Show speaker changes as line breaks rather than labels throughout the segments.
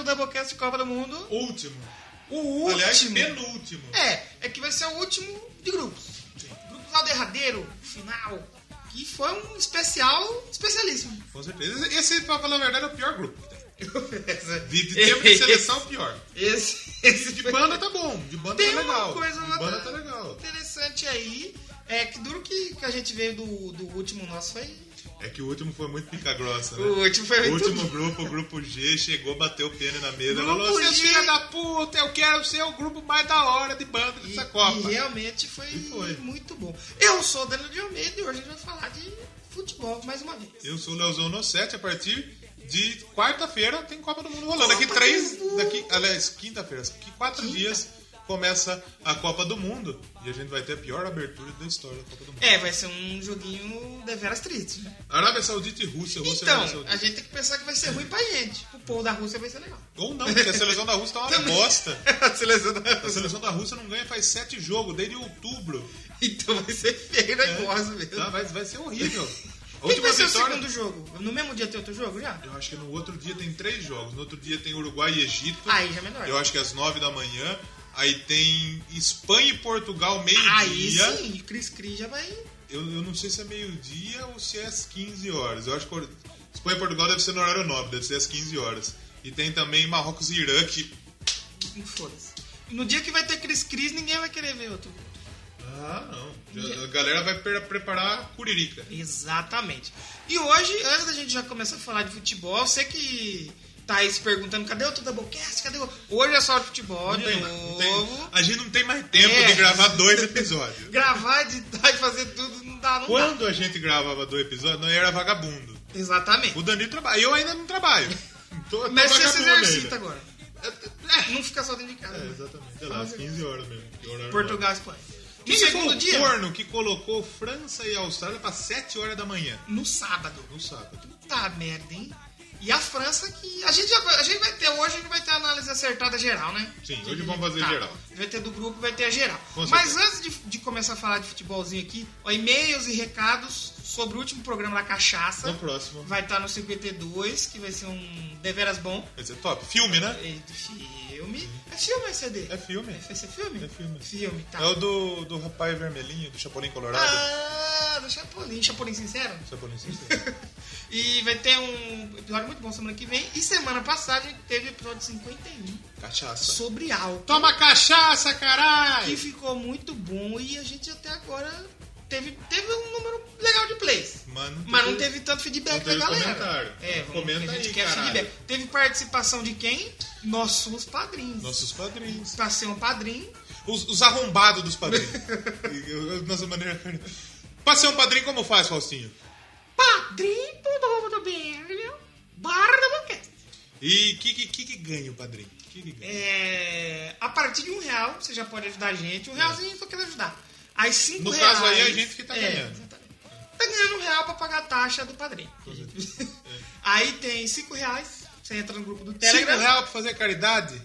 um Doublecast de Copa do Mundo.
Último.
O último.
Aliás, penúltimo.
É, é que vai ser o último de grupos.
Sim.
Grupos ao derradeiro, final. Que foi um especial especialíssimo.
Com certeza. Esse, pra falar a verdade, é o pior grupo que tem. De, de tempo de
Esse-
seleção, pior.
Esse, esse
De
foi-
banda tá bom. De banda
Tem
tá legal.
uma coisa
de banda tá legal.
interessante aí. É que duro que, que a gente veio do, do último nosso foi.
É que o último foi muito pica grossa, né?
O último foi
O
muito
último grupo, o grupo G, chegou, bateu o pênis na mesa,
Grupo
falou: Seus
G.
filha da puta, eu quero ser o grupo mais da hora de banda
E,
dessa Copa.
e é realmente foi,
E foi.
muito bom. Eu sou o Danilo de Almeida e hoje a gente vai falar de futebol mais uma vez.
Eu sou o Leozão no 7, a partir de quarta-feira tem Copa do Mundo rolando. Daqui
Copa
três,
do Mundo.
daqui, aliás, quinta-feira, daqui quatro dias começa a Copa do Mundo e a gente vai ter a pior abertura da história da Copa do Mundo.
É, vai ser um joguinho deveras triste. né?
Arábia Saudita e Rússia, Rússia e Arábia
Então,
Saudita.
a gente tem que pensar que vai ser ruim pra gente. O povo da Rússia vai ser legal.
Ou não, porque a seleção da Rússia tá uma
Também.
bosta.
a seleção da
A seleção da Rússia não ganha faz sete jogos desde outubro.
Então vai ser feio o negócio mesmo.
Tá? Vai, vai ser horrível. A
Quem
última
vai ser o
vitória.
segundo jogo? No mesmo dia tem outro jogo já?
Eu acho que no outro dia tem três jogos. No outro dia tem Uruguai e Egito.
Aí já é melhor.
Eu acho que às 9 da manhã. Aí tem Espanha e Portugal
Ah, Aí
meio-dia.
sim, Cris Cris já vai.
Eu, eu não sei se é meio-dia ou se é às 15 horas. Eu acho que Por- Espanha e Portugal deve ser no horário nobre, deve ser às 15 horas. E tem também Marrocos e Irã que.
Foda-se. No dia que vai ter Cris Cris, ninguém vai querer ver outro.
Ah, não. Já- A galera vai pre- preparar a curirica.
Exatamente. E hoje, antes da gente já começar a falar de futebol, você que tá aí se perguntando, cadê o Doublecast? Cadê o... Hoje é só de futebol
Não
de
tem- não
novo.
tem- a gente não tem mais tempo
É.
de gravar dois episódios.
Gravar, editar e fazer tudo não dá, não dá.
Quando a gente gravava dois episódios, nós era vagabundo.
Exatamente.
O Danilo trabalha. Eu ainda não trabalho. Tô, tô
Mas você se
vagabundo ainda.
exercita agora. É, não fica só dentro de casa.
É,
né?
exatamente. Sei lá, às 15 horas mesmo. que horário
Portugal e Espanha.
normal.
No
Quem foi
segundo
o
dia,
corno que colocou França e Austrália pra 7 horas da manhã?
no sábado.
No sábado.
Tá merda, hein? E a França que. A gente, já vai- a gente vai ter hoje, a gente vai ter a análise acertada geral, né?
Sim, hoje vamos fazer geral.
Vai ter do grupo, vai ter a geral.
Com
Mas antes de, de começar a falar de futebolzinho aqui, ó, e-mails e recados sobre o último programa da Cachaça.
No próximo.
Vai estar no 52, que vai ser um deveras bom.
Vai ser top. Filme, né?
É de Filme. É filme ou é CD?
É filme.
Vai ser filme?
É filme.
Filme, tá.
É o do, do rapaz vermelhinho, do Chapolin Colorado.
Ah, do Chapolin. Chapolin Sincero?
Chapolin sincero.
E vai ter um episódio muito bom semana que vem. E semana passada a gente teve o episódio 51
Cachaça.
sobre álcool.
Toma cachaça,
Que
caralho!
ficou muito bom e a gente até agora teve, teve um número legal de plays.
Mano,
Mas não teve tanto feedback
Não teve
da galera.
comentário.
É, vamos,
Comenta
a gente
aí,
quer
caralho.
feedback. Teve participação de quem? Nossos padrinhos.
Nossos padrinhos.
Pra ser um padrinho,
Os, os arrombados dos padrinhos. E eu- eu- Nossa maneira. Pra ser um padrinho, como faz, Faustinho?
padrinho.com.br barra do boquete.
E o que, que, que que ganha o padrinho? Que que ganha?
É, a partir de um real você já pode ajudar a gente. Um realzinho só quer ajudar. Aí cinco
É. No
reais. é,
caso aí, a gente que tá ganhando.
exatamente. Tá ganhando um real pra pagar a taxa do padrinho. Aí tem cinco reais. Você entra no grupo do
Cinco
Telegram.
real pra fazer caridade?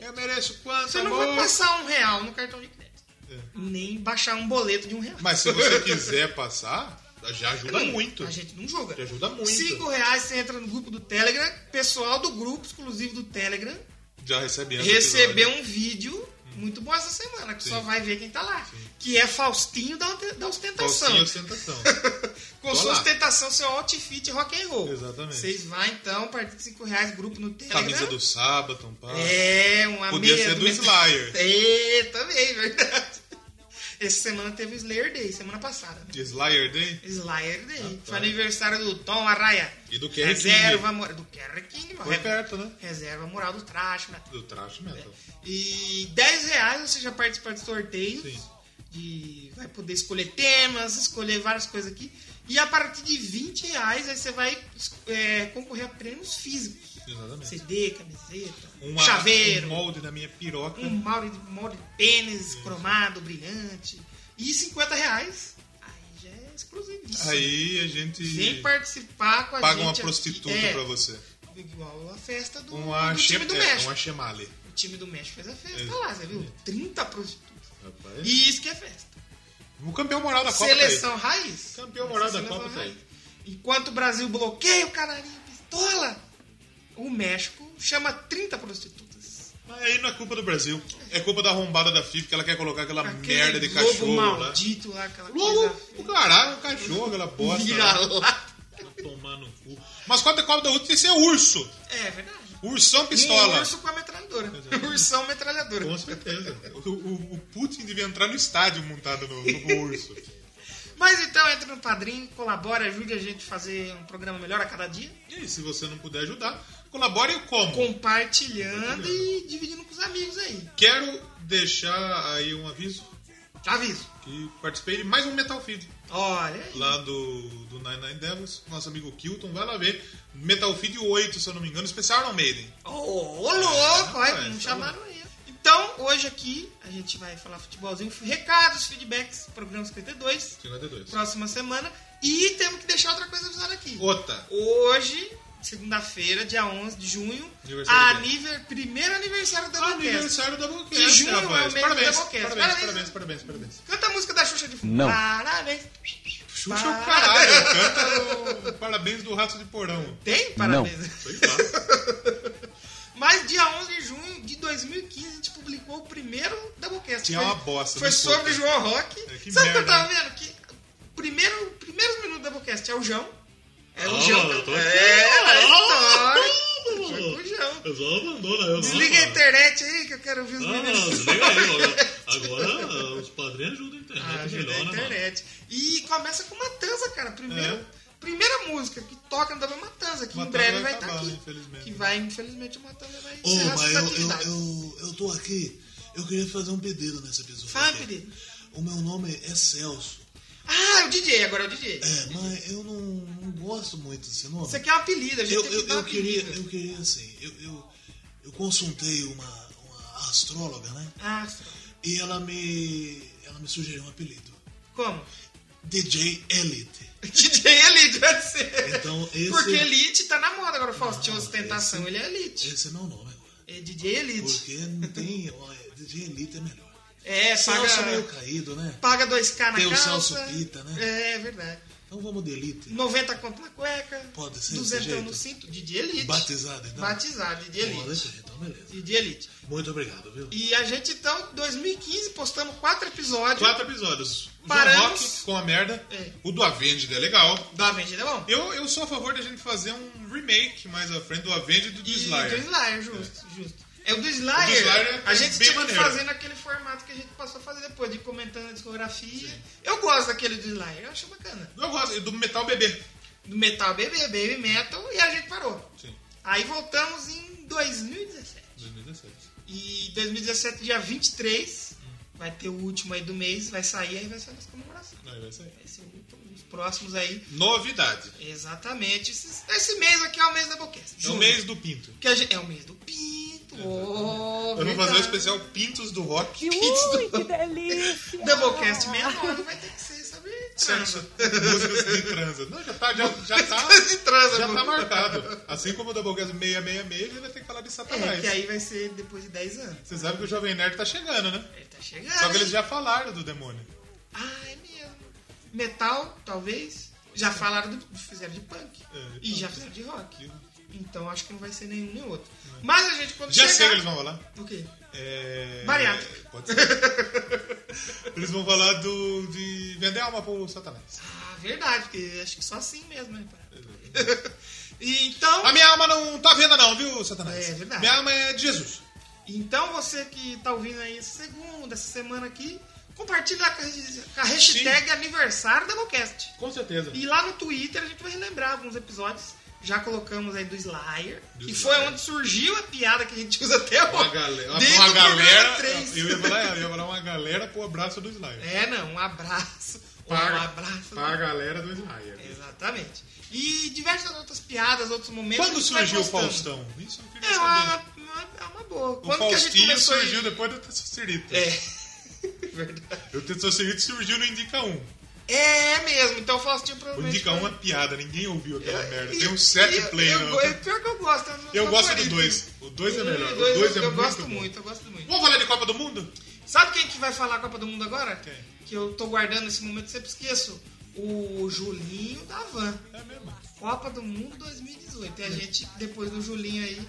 Eu mereço quanto,
Você não
amor?
vai passar um real no cartão de crédito.
tá É.
Nem baixar um boleto de um real.
Mas se você quiser passar, já ajuda muito.
A gente não julga.
Já ajuda muito.
Cinco reais você entra no grupo do Telegram. Pessoal do grupo exclusivo do Telegram
Já recebe antes do
recebeu
episódio.
um vídeo muito bom essa semana, que
Sim.
só vai ver quem tá lá. Que é Faustinho da, da Ostentação.
Faustinho ostentação.
Com
Tô
sua
lá.
ostentação, seu outfit rock and roll.
Exatamente.
Vocês vão então, a partir de 5 reais, grupo no Telegram.
Camisa do sábado, um pá.
É, uma
Podia
meia
ser do
metrô.
Slayer.
É, também, verdade. Essa semana teve o Slayer Day, semana passada. né?
Slayer Day
Slayer Day.
Ah, tá.
Foi aniversário do Tom Arraia.
e do Kerry King.
Reserva moral do Kerry King, mano.
Foi perto, né?
Reserva moral do traje, né?
Do trash metal.
E 10 reais você já participa de sorteios.
Sim.
De, vai poder escolher temas, escolher várias coisas aqui. E a partir de 20 reais aí você vai es- é, concorrer a prêmios físicos.
Exatamente.
CD, camiseta,
Uma-
chaveiro,
Um molde da minha piroca.
um molde, de- molde de pênis cromado, brilhante. E 50 reais. Aí já é exclusivíssimo.
Aí a gente
Vem participar com a
paga
gente.
uma
aqui.
prostituta
é,
pra você.
Igual a festa do,
Uma
do time
che-
do
é,
México.
Uma chemale.
O time do México fez a festa
É.
lá, você viu? 30 prostitutas.
Rapaz.
E isso que é festa.
O campeão moral da Copa tá
Seleção raiz.
Campeão moral da
Seleção
Copa tá aí.
raiz. Enquanto o Brasil bloqueia o canarinho pistola, o México chama 30 prostitutas.
Mas aí não é culpa do Brasil. É culpa da arrombada da FIFA que ela quer colocar aquela
Aquele
merda de
lobo
cachorro lá.
maldito lá, aquela
Lobo, o
coisa.
caralho, o cachorro, aquela bosta.
Vira
lá.
lá.
Vai Tomar no cu. Mas quando é Copa da Rússia tem que ser urso.
É verdade.
Ursão
E
pistola. É
um urso com a metralhadora. Ursão metralhadora.
Com certeza. O, o- o Putin devia entrar no estádio montado no, no urso.
Mas então entra no padrinho, colabora, ajude a gente a fazer um programa melhor a cada dia.
E aí, se você não puder ajudar, colabore como?
Compartilhando e dividindo com os amigos aí.
Quero deixar aí um aviso
Aviso.
que participei de mais um Metal Feed
Olha aí.
lá do, do Nine Nine Devils. Nosso amigo Kilton vai lá ver. Metal Feed 8, se eu não me engano, especial Iron Maiden.
Ô, ô, louco,
Rapaz,
olha, não
tá
chamaram ele. Então, hoje aqui a gente vai falar futebolzinho, recados, feedbacks, programa 52,
52.
próxima semana. E temos que deixar outra coisa avisada aqui.
Outra.
Hoje, segunda-feira, dia 11 de junho,
Aniversário dele.
aniver- primeiro aniversário da Doublecast.
Aniversário da
Que
Doublecast,
junho é o
rapaz.
mês do
Parabéns,
Doublecast.
parabéns,
Parabéns.
parabéns, parabéns, parabéns.
Canta a música da Xuxa de fundo.
Não.
Parabéns.
Xuxa é o caralho, canta o Parabéns do Rato de Porão.
Tem parabéns.
Sei lá.
Mas dia 11 de junho de 2015 a gente publicou o primeiro Doublecast.
Tinha
Foi-
uma bosta,
Foi
né,
sobre
puta?
João Rock.
É, que
Sabe o que eu
merda,
tava vendo? Que o primeiro, os primeiros minutos do Doublecast é o João. É o
Ah,
João.
eu tô-
É, na
Ah,
história. Foi com o João.
Eu só abandona, eu
Desliga a internet aí que eu quero ouvir os meninos.
desliga aí,
Agora os padrinhos ajudam a internet
Ah, ajuda
melhor,
a
né, mano?
internet. E começa com Matanza, cara. Primeiro,
É.
Primeira música que toca no Double Matanza, que em
Matanza
breve
vai
vai estar
acabar,
aqui.
infelizmente.
Que vai, infelizmente, o Matanza vai
Ô,
encerrar
mas
suas
eu, eu,
atividades.
eu, eu tô aqui, eu queria fazer um pedido nesse episódio.
Fala,
aqui.
pedido.
O meu nome é Celso.
Ah, é o DJ, agora é o DJ.
É, mas eu não, não gosto muito desse nome.
Você quer um apelido, a gente
eu,
tem
eu,
que dar um
eu queria,
apelido.
eu queria assim, eu, eu, eu consultei uma, uma astróloga, né?
Ah,
E ela me, ela me sugeriu um apelido.
como?
DJ Elite.
DJ Elite, deve ser.
Então, esse-
Porque Elite tá na moda agora, o Faustinho Ostentação, ele é Elite.
Esse é meu nome agora.
É DJ Elite.
Porque não tem, olha, DJ Elite é melhor.
É,
Celso meio
paga,
caído, né?
paga 2K na
Tem o
calça.
Celso Pita, né?
É, verdade.
Então vamos de elite.
90 conto na cueca.
Pode ser desse
200
jeito.
no cinto, DJ Elite.
Batizado, então.
Batizado, DJ
Bom,
Elite.
desse jeito, então beleza.
DJ Elite.
Muito obrigado, viu?
E a gente, então, 2015, postamos quatro episódios.
Quatro episódios. O João
Paramos.
Rock com a merda.
É.
O do Avenged é legal.
Do Avenged é bom.
Eu, eu sou a favor da gente fazer um remake mais à frente do Avenged e do, do
E do
Slayer.
Slayer, justo, justo. É o do
O do
Slayer,
Slayer é
a gente
bem
tinha que
maneiro.
fazer naquele formato que a gente passou a fazer depois, de comentando a discografia. Eu gosto daquele do Slayer, eu acho bacana.
Eu gosto. E do Metal Bebê.
Do Metal BB, Baby Metal, e a gente parou.
Sim,
Aí voltamos em 2017.
2017.
E 2017, dia 23, vai ter o último aí do mês, vai sair, aí vai sair nas comemorações.
é Aí vai sair.
Vai ser um- os próximos aí.
Novidade.
Exatamente. Esse, esse mês aqui é o mês da Boquest.
É o mês do Pinto.
Que a gente- é o mês do Pinto. Oh,
Eu vou fazer o
verdade.
especial Pintos do
um
Rock.
Ui, que delícia!
Doublecast 69 vai ter que ser, sabe?
Sexo.
Transa.
Músicas de transa. Não, já tá, já, já tá,
De transa,
já tá
mano.
marcado. Assim como o Doublecast 666, ele vai ter que falar de
É,
Satanás.
que aí vai ser depois de 10 anos.
Você sabe que o Jovem Nerd tá chegando, né?
Ele tá chegando.
Só que eles já falaram do demônio.
Ah, é mesmo. Metal, talvez. Já falaram do. Fizeram de punk.
É, de
e
punk.
já fizeram de rock. Então acho que não vai ser nenhum nem outro. Mas a gente quando
Já sei o que
chegar.
eles vão falar.
O quê?
É...
Bariátrica.
Pode ser. eles vão falar do, de vender alma pro Satanás.
Ah, verdade, porque acho que só assim mesmo, né? pá? E então.
A minha alma não tá à venda não, viu, Satanás?
É verdade.
Minha alma é de Jesus.
Então você que tá ouvindo aí essa segunda, essa semana aqui, compartilha com a- com a hashtag aniversário da Doublecast.
Com certeza.
E lá no Twitter a gente vai relembrar alguns episódios. Já colocamos aí do Slayer,
Do
que
Slayer.
foi onde surgiu a piada que a gente usa até hoje.
Uma galera,
Desde
uma
o programa
galera
três.
eu, ia falar, eu ia falar uma galera pro abraço do Slayer.
É, não, um abraço.
Para-
um abraço.
Pra galera do Slayer.
É. Exatamente. E diversas outras piadas, outros momentos.
Quando
a gente vai
surgiu o
postando.
Faustão? Isso eu queria
É
saber.
uma, uma- é uma boa.
O
Quando que a gente
Faustinho
começou
surgiu
aí?
depois do Tessocirito.
É. Verdade.
O Tessocirito surgiu no Indica 1.
É mesmo, então o Faustinho
O
provavelmente.
Indica 1 é
foi-
piada, ninguém ouviu aquela
Eu-
merda.
e-
Tem uns 7
eu-
play. né?
eu,
não.
go- é Pior que eu gosto. é um dos
Eu gosto do
favoritos.
2. O 2 é melhor.
O
O
dois
2 é
eu
muito
gosto
bom.
muito, eu gosto muito.
Vamos falar de Copa do Mundo?
Sabe quem que vai falar a Copa do Mundo agora?
Quem?
Que eu tô guardando esse momento, sempre esqueço. o Julinho da Van.
É mesmo?
Copa do Mundo 2018. E a gente, depois do Julinho aí,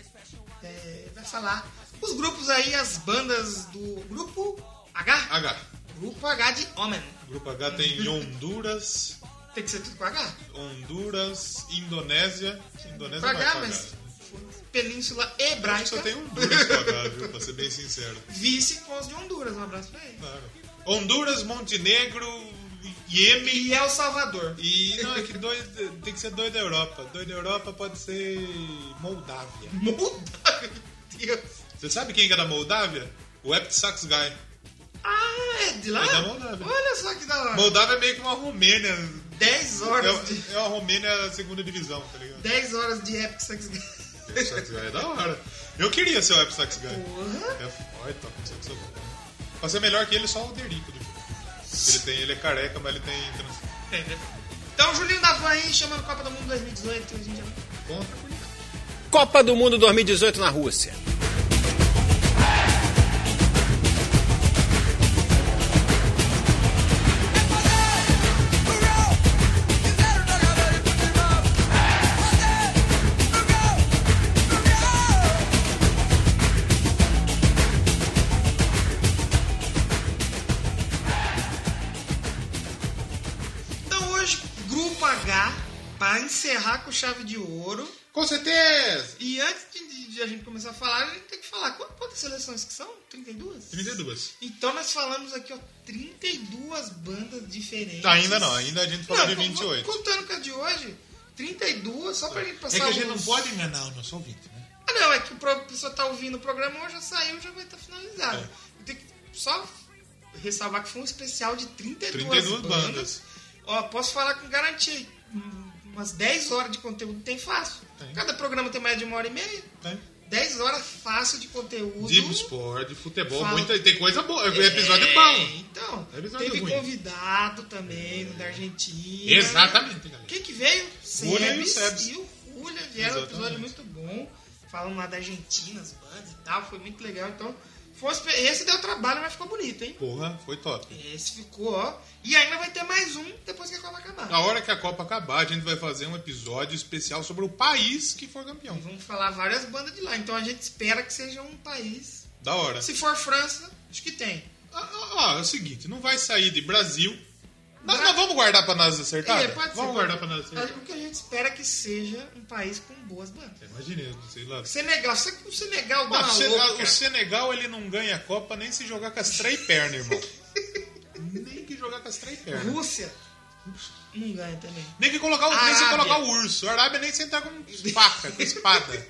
é, vai falar os grupos aí, as bandas do grupo H.
H.
Grupo H de Homem.
Grupo H tem Honduras,
Tem que ser tudo com H?
Honduras, Indonésia. Indonésia
Com
vai
H,
pra
mas
H.
Península
Acho que
Hebraica.
só tem um Honduras com H, viu? Pra ser bem sincero.
Vice com os de Honduras. Um abraço pra ele.
Claro. Honduras, Montenegro, Iêmen.
E El Salvador.
E não, é que dois, tem que ser dois da Europa. Dois da Europa pode ser Moldávia.
Moldávia, meu Deus.
Você sabe quem que é da Moldávia? O Ept Sax Guy.
Ah, é de lá?
tá
É da Moldávia.
Olha só que da hora.
Moldávia é meio que uma Romênia.
10
É,
horas de.
uma- é uma Romênia segunda divisão, tá ligado?
10 horas de Epic Sex Game.
O Ept Sax Guy é da hora. Eu queria ser o Ept Sax Guy.
Porra!
É forte, toca um saxofone. Pra ser melhor que ele, só o Derico do jogo. Ele, tem, ele é careca, mas ele tem trans...
Então, Julinho da Van aí, chamando Copa do Mundo 2018. A gente já...
contra por isso.
Copa do Mundo 2018 na Rússia.
Então, hoje, Grupo H, pra encerrar com chave de ouro.
Com certeza!
E antes de, de a gente começar a falar, a gente tem que falar qu- quantas seleções que são? 32?
32.
Então, nós falamos aqui, ó, 32 bandas diferentes.
Ainda não, ainda a gente falou
Não,
de
co-
28.
Contando com a de hoje, 32, só pra gente
É
passar
que a gente não
alguns-
pode enganar o nosso ouvinte, né?
Ah, não, é que o pro- a pessoa tá ouvindo o programa hoje, já saiu, já vai estar
É.
finalizado. Tem que só ressalvar que foi um especial de 32,
32
bandas.
bandas.
Ó, posso falar com garantia. aí, hum, Umas 10 horas de conteúdo tem fácil.
Tem.
Cada programa tem mais de uma hora e meia.
Tem.
10 horas fácil de conteúdo.
De esporte, de Uhum. futebol,
Fala.
muita, tem coisa boa.
É,
Episódio bom.
Então,
É episódio
teve
ruim.
convidado também da Argentina.
Exatamente, galera.
Quem que veio?
Julia e o Sebs.
e o Julia vieram. Um episódio
Exatamente.
muito bom. Falam lá da Argentina, as bandas e tal. Foi muito legal. Então, foi uma espe- esse deu trabalho, mas ficou bonito, hein?
Porra, foi top.
Esse ficou, ó. E ainda vai ter mais um depois que a Copa acabar.
Na hora que a Copa acabar, a gente vai fazer um episódio especial sobre o país que for
E
campeão.
vamos falar várias bandas de lá. Então, a gente espera que seja um país.
Da hora.
Se for França, acho que tem.
Ah, ah, ah, é o seguinte, não vai sair de Brasil. Nós, nós vamos guardar pra nós acertar?
É, pode ser.
vamos guardar pra nós
Acho que
acertar. É,
O que a gente espera que seja um país com boas bandas.
Imagina, sei lá.
Senegal, será que o Senegal dá
Mano,
uma
o Sene-
louca?
o Senegal ele não ganha a Copa nem se jogar com as três pernas, irmão. nem que jogar com as três pernas.
Rússia não ganha também.
Nem que colocar o, nem se
Arábia.
colocar o urso. A Arábia nem sentar com faca, com espada.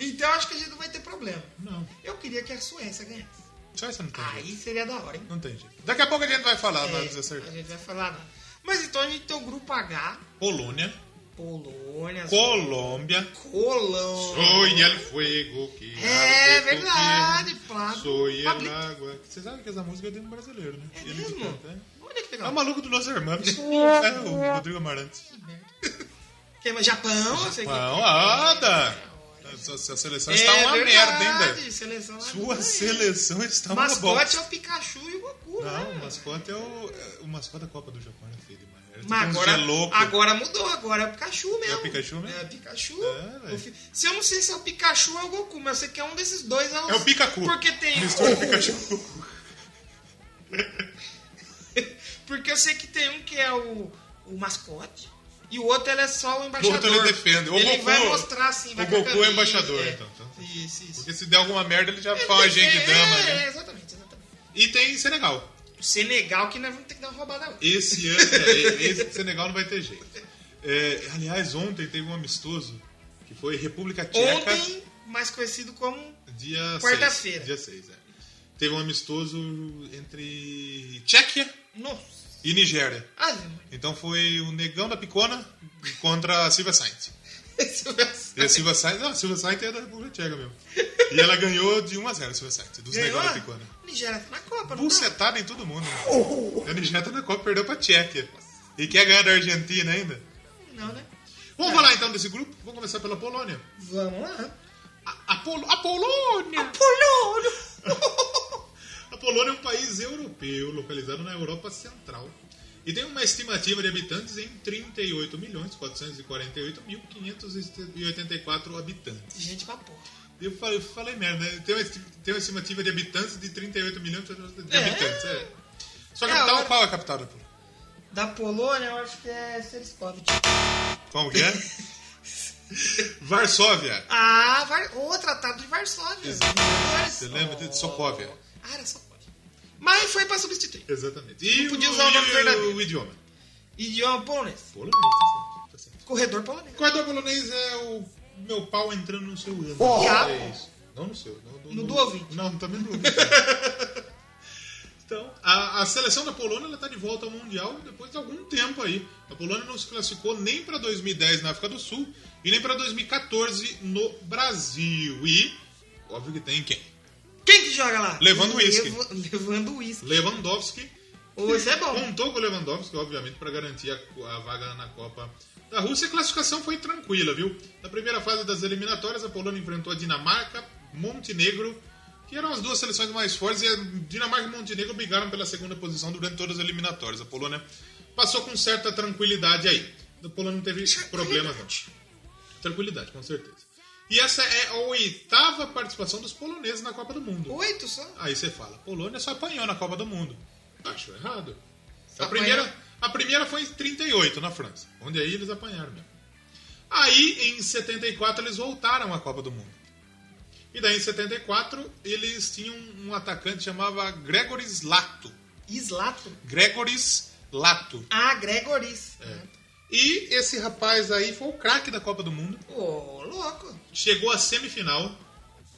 Então acho que a gente não vai ter problema.
Não.
Eu queria que a Suécia ganhasse.
Só isso não tem jeito.
Aí seria da hora, hein?
Não tem jeito. Daqui a pouco a gente vai falar,
É,
Ah, vai
a
acertar.
gente vai falar nada. Mas então a gente tem o grupo H,
Polônia,
Polônia,
Colômbia.
Colômbia.
Soy el fuego que
É
arde tu
verdade,
piel.
Pablo.
Soy el
Pablito.
água. Você sabe que essa música é de um brasileiro, né?
É
Ele que
mesmo?
canta, é.
Olha que
É o
legal.
maluco do Los Hermanos. é o Rodrigo Amarante.
Quem mais? é, Japão, eu sei que-
Não, Ada! Sua, sua seleção está
É
tá uma
verdade,
merda, hein, velho?
Seleção lá não
Sua
ganha.
seleção está uma
Mascote
bosta.
é o Pikachu e o Goku,
Não, o
né?
mascote é o... é, O mascote da Copa do Japão era feio demais. Era tipo
Mas
um
agora,
geloco.
agora mudou, agora é o Pikachu mesmo.
É o Pikachu mesmo?
É o Pikachu.
É, velho.
O fi- se eu não sei se é o Pikachu ou é o Goku, mas eu sei que é um desses dois. É, os-
É o Pikachu.
Porque tem. um,
Mistura Pikachu com Goku.
Porque eu sei que tem um que é o, o mascote e o outro ele é só o
O
embaixador.
outro ele defende. O
ele
Goku,
vai mostrar assim, vai
o
com a
Goku é
camisa,
embaixador,
é.
então. então.
Isso, isso.
Porque se der alguma merda, ele já
Ele
fala
defende-
gente dama,
é,
né?
é, exatamente, exatamente.
E tem Senegal.
O Senegal que nós vamos ter que dar uma roubada hoje.
Esse ano, é, esse Senegal não vai ter jeito. É, aliás, ontem teve um amistoso que foi República Tcheca,
Ontem, mais conhecido como
dia
quarta-feira.
6. Dia 6, é. Teve um amistoso entre Tchequia
Nossa.
e Nigéria.
Ah, não.
Então foi o Negão da Picona contra a Silva Sainz.
Esse é o
E a Silva Sainz, não, a Silva Sainz é da República Tcheca mesmo. E ela ganhou de 1 a 0 a Silva Sainz, dos
Ganhou?
Negão da Picona.
Nigéria tá na Copa, não tá?
Bucetada em todo mundo. né? A Nigéria tá na Copa, perdeu pra Tchequia. E quer ganhar da Argentina ainda?
Não, né?
Vamos falar então desse grupo? Vamos começar pela Polônia.
Vamos lá.
A, a Pol- a Polônia!
Polônia!
A Polônia é um país europeu localizado na Europa Central E tem uma estimativa de habitantes em 38.448.584 habitantes.
Gente pra porra.
Eu falei, falei merda, né? Tem uma, esti- tem uma estimativa de habitantes de 38 milhões de
É.
habitantes. É. Só
É,
que a capital,
agora-
qual é a capital da Polônia?
Da Polônia, eu acho que é Seriskovitch.
Qual que é? Varsóvia.
Ah, Var... o Tratado de Varsóvia.
Você
Você
lembra de Sokovia?
Ah, era Sokovia. Mas foi pra substituir.
Exatamente. E
Não podia usar o nome
e
verdadeiro.
o idioma?
Idioma polonês.
Polonês, tá certo, tá certo.
Corredor polonês.
Corredor polonês é o meu pau entrando no seu ano.
Porra!
É isso. Não no seu. No,
No do ouvinte.
Não, também no do ouvinte. é. então, a, a seleção da Polônia ela tá de volta ao Mundial depois de algum tempo aí. A Polônia não se classificou nem para 2010 na África do Sul e nem para 2014 no Brasil. E, óbvio que tem quem?
Quem que joga lá?
Levando uísque.
Levo- Levando uísque.
Lewandowski.
Hoje é bom.
Contou com o Lewandowski, obviamente, para garantir a, a vaga na Copa da Rússia. A classificação foi tranquila, viu? Na primeira fase das eliminatórias, a Polônia enfrentou a Dinamarca, Montenegro, que eram as duas seleções mais fortes, e a Dinamarca e Montenegro brigaram pela segunda posição durante todas as eliminatórias. A Polônia passou com certa tranquilidade aí. A Polônia não teve problemas, não. Tranquilidade, com certeza. E essa é a oitava participação dos poloneses na Copa do Mundo.
Oito só.
Aí você fala, Polônia só apanhou na Copa do Mundo. Acho errado. A
Apanhou?
primeira, a primeira foi em 38 na França, onde aí eles apanharam mesmo. Aí em 74 eles voltaram à Copa do Mundo. E daí em 74 eles tinham um atacante que chamava Gregoris Lato.
Islato.
Gregoris Lato.
Ah, Gregoris.
É. E esse rapaz aí foi o craque da Copa do Mundo.
Ô, louco.
chegou à semifinal,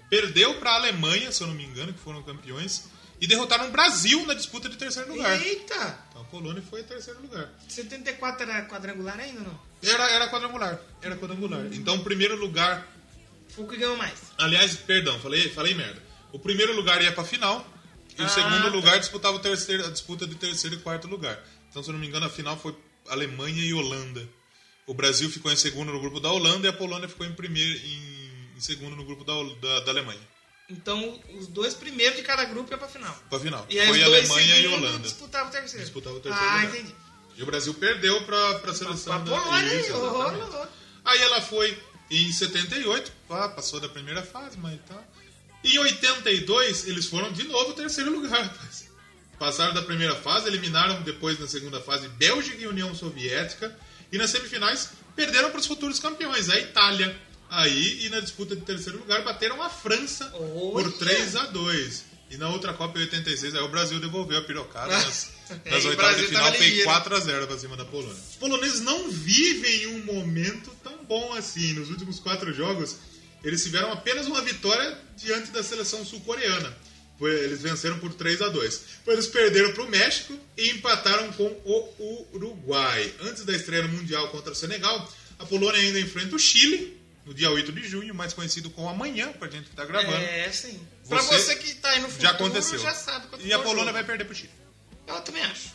perdeu para a Alemanha, se eu não me engano, que foram campeões, e derrotaram o Brasil na disputa de terceiro lugar.
Eita.
Então a Polônia foi terceiro lugar.
74 era quadrangular ainda ou não?
Era, era quadrangular, era quadrangular. Então o primeiro lugar,
Foi o que ganhou mais.
aliás, perdão, falei, falei merda. O primeiro lugar ia para final e o
Ah,
segundo
tá.
lugar disputava o terceiro, a disputa de terceiro e quarto lugar. Então se eu não me engano a final foi Alemanha e Holanda. O Brasil ficou em segundo no grupo da Holanda e a Polônia ficou em primeiro em, em segundo no grupo da, Hol- da, da Alemanha.
Então, os dois primeiros de cada grupo ia pra final.
Pra final.
E aí
Foi
os
a
dois
Alemanha e
segundos
Holanda.
disputavam o terceiro.
Disputavam o terceiro
Ah,
lugar.
entendi.
E o Brasil perdeu pra, pra seleção
Pra
da
Polônia,
Isso, né?
ô,
exatamente.
ô, ô.
Aí ela foi em 78, pá, passou da primeira fase, mas tá. Em 82, eles foram de novo terceiro lugar, rapaz. Passaram da primeira fase, eliminaram depois na segunda fase Bélgica e União Soviética. E nas semifinais perderam para os futuros campeões, a Itália. Aí, e na disputa de terceiro lugar, bateram a França por
Olha!
3 a 2 E na outra Copa em 86, aí o Brasil devolveu a pirocada nas,
É,
nas
e o
oitavas de
Brasil
final,
tava
fez
ligeiro.
4 a 0 pra cima da Polônia. Os poloneses não vivem um momento tão bom assim. Nos últimos quatro jogos, eles tiveram apenas uma vitória diante da seleção sul-coreana. Foi- Eles venceram por 3 a 2 Depois eles perderam para o México e empataram com o Uruguai. Antes da estreia no Mundial contra o Senegal, a Polônia ainda enfrenta o Chile no dia 8 de junho, mais conhecido como amanhã, pra gente que tá gravando.
É, sim. Pra
Você-
você que tá aí no futuro,
Já aconteceu.
já sabe quanto
e a
foi o
Polônia
jogo.
vai perder para o Chile.
Eu também acho.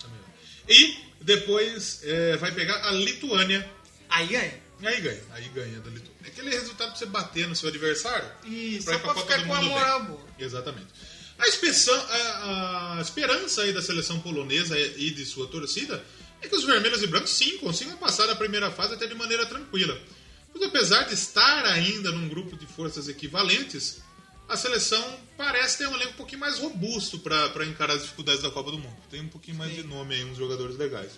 E depois é, vai pegar a Lituânia.
Aí ganha.
Aí ganha, aí ganha da Lituânia. Aquele resultado pra você bater no seu adversário.
Isso,
pra
só
ir
pra
Copa
ficar
do
com a
Mundo
moral
bem.
boa.
Exatamente. A, inspeção, a, a esperança aí da seleção polonesa e de sua torcida é que os vermelhos e brancos sim consigam passar da primeira fase até de maneira tranquila. Pois apesar de estar ainda num grupo de forças equivalentes, a seleção parece ter um elenco um pouquinho mais robusto para encarar as dificuldades da Copa do Mundo. Tem um pouquinho mais de nome aí, uns jogadores legais.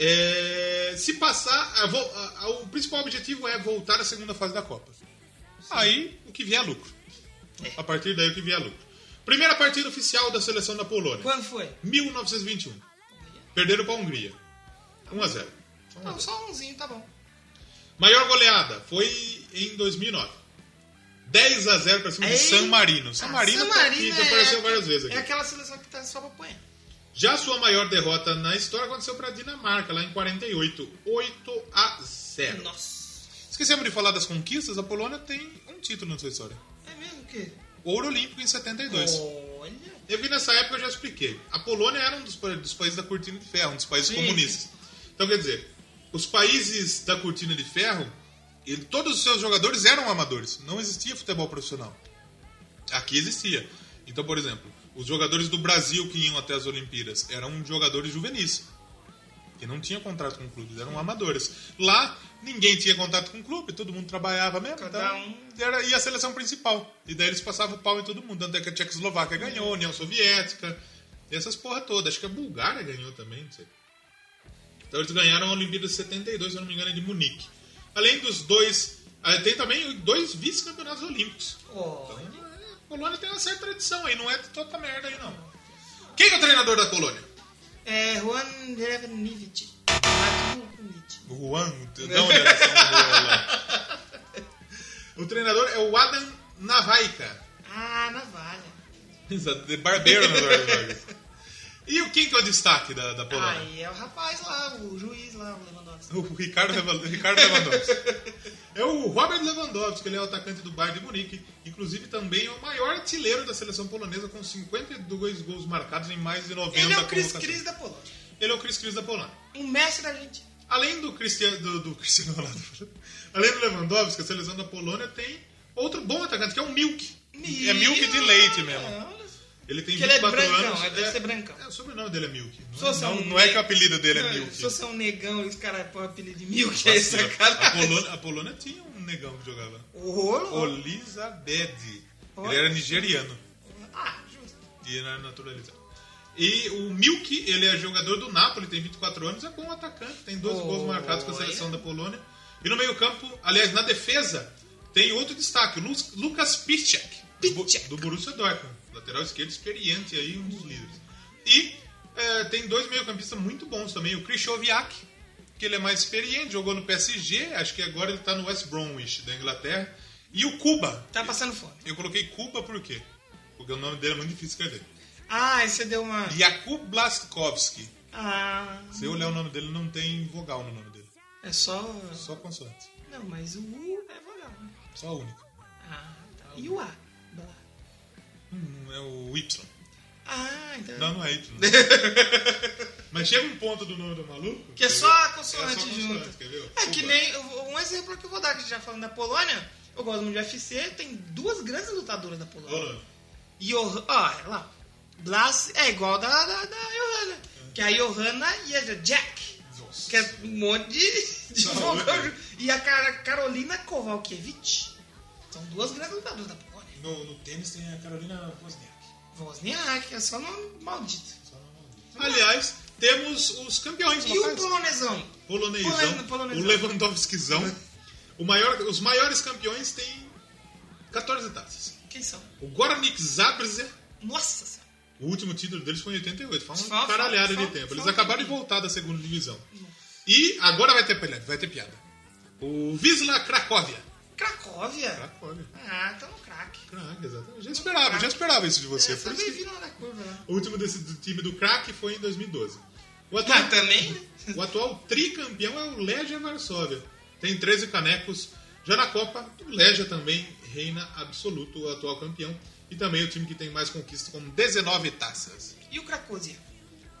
É, se passar, a vo- a- a- o principal objetivo é voltar à segunda fase da Copa. Aí o que vier é lucro. A partir daí o que vier é lucro. Primeira partida oficial da seleção da Polônia,
Quando foi?
1921. Perderam para a Hungria. 1 a 0. Só um a
Não,
zero.
só umzinho, tá bom.
Maior goleada foi em 2009. 10 a 0 para cima de
Ei.
San Marino. San
Ah,
Marino,
San
tá aqui, já apareceu várias vezes aqui.
É aquela seleção que tá só pra apanhar.
Já sua maior derrota na história aconteceu para a Dinamarca, lá em 48. 8 a 0.
Nossa.
Esquecemos de falar das conquistas, a Polônia tem um título na sua história.
É mesmo que?
Ouro Olímpico em 72.
Olha.
Eu vi nessa época, eu já expliquei. A Polônia era um dos, pa- dos países da cortina de ferro, um dos países
Sim.
comunistas. Então, quer dizer, os países da cortina de ferro, ele- todos os seus jogadores eram amadores. Não existia futebol profissional. Aqui existia. Então, por exemplo, os jogadores do Brasil que iam até as Olimpíadas eram jogadores juvenis. que não tinha contrato com o clube, eram amadores. Lá, ninguém tinha contrato com o clube, todo mundo trabalhava mesmo.
Cada
então,
um.
Era, e a seleção principal. E daí eles passavam o pau em todo mundo. Tanto é que a Tchecoslováquia ganhou, a União Soviética, e essas porra toda. Acho que a Bulgária ganhou também, não sei. Então eles ganharam a Olimpíada de 72, se eu não me engano, é de Munique. Além dos dois. ah, Tem também dois vice-campeonatos olímpicos.
Ó,
Então, é, a Colônia tem uma certa tradição aí, não é toda merda aí, não. Quem que é o treinador da Colônia?
é Juan Drevenivit. Matheus Nivit.
Juan, da onde era essa mulher lá? O treinador é o Adam Navaika.
Ah, navalha.
Exato, de barbeiro na verdade. E o quem que é o destaque da, da Polônia?
Aí é o rapaz lá, o juiz lá, o Lewandowski.
O Ricardo, Lewand- Ricardo Lewandowski. É o Robert Lewandowski, ele é o atacante do Bayern de Munique. Inclusive, também é o maior artilheiro da seleção polonesa, com 52 gols marcados em mais de 90
Ele é o Cris
convocações.
Cris da Polônia.
Ele é o Chris Cris da Polônia.
O mestre da gente.
Além do Cristiano, do, do Cristiano Ronaldo, além do Lewandowski, a seleção da Polônia tem outro bom atacante, que é o Milk. É Milk de leite mesmo. Ele tem
Que ele é
24
brancão,
anos.
é, deve ser brancão.
é, o sobrenome dele é Milk. Não,
Sou
é-
só
não,
um-
não é que o apelido dele é Milk.
Se fosse um negão e os caras põem o apelido de Milk, é
a,
sacanagem.
Polônia, a Polônia tinha um negão que jogava.
O rolo?
Olizabed. Ele
Olha.
era nigeriano.
Ah, justo.
E era naturalizado. E o Milk, ele é jogador do Napoli, tem 24 anos, é bom atacante, tem dois
Olha.
gols marcados com a seleção da Polônia. E no meio-campo, aliás, na defesa, tem outro destaque, o Lu- Lucas Piszczek, do Bo-
Piszczek.
do Borussia Dortmund, lateral esquerdo experiente aí, um dos líderes. E eh, tem dois meio-campistas muito bons também, o Krychowiak, que ele é mais experiente, jogou no PSG, acho que agora ele tá no West Bromwich da Inglaterra, e o Cuba.
Tá passando fome.
Eu coloquei Cuba por quê? Porque o nome dele é muito difícil de escrever.
Ah, aí você deu uma.
Jakub Blaskowski.
Ah,
Se eu olhar o nome dele, não tem vogal no nome dele.
é só.
Só consoante.
Não, mas o U é vogal. né?
Só o único.
Ah, tá. E o A? Blá.
Hum, é o Y.
Ah, então.
Não, não é Y. Mas chega um ponto do nome do maluco.
Que é
quer
só
ver?
a consoante,
É só a
junto.
quer ver?
É que
Cuba.
nem. eu vou- Um exemplo que eu vou dar, que já falando da Polônia. Eu gosto muito de UFC, tem duas grandes lutadoras da Polônia.
Olha,
E ó, olha lá. Blas é igual da, da, da Johanna. Que é a Johanna e a Jack.
Nossa.
Que é um monte de, de
Tá
vogal
louco,
junto. E a Cara- Carolina Kowalkiewicz. São duas grandes lutadoras da Polônia.
No, no tênis tem a Carolina Wozniak.
Wozniak, é só nome maldito.
Aliás, temos os campeões
E o
locais.
polonesão?
Poloneizão,
Polone- polonezão.
o Lewandowskizão. O maior, os maiores campeões têm 14 taças.
Quem são?
O Guarnik Zabrze
Nossa senhora.
O último título deles foi em 88, foi uma
Só-
caralhada
só-
de
só-
tempo. Eles
só-
acabaram de voltar da segunda divisão. E agora vai ter, pelea- vai ter piada. O Wisla Cracóvia.
Cracóvia?
Cracóvia.
Ah, tá no crack.
Crack, exatamente. Já esperava, já esperava isso de você.
É,
Por
só
isso
me
que
viram lá na curva né? lá.
o último desse do time do crack foi em 2012. O atual,
Ah, também? né?
o atual tricampeão é o Legia Varsóvia. Tem 13 canecos. Já na Copa, o Legia também reina absoluto, o atual campeão. E também o time que tem mais conquistas, com 19 taças.
E o Cracóvia?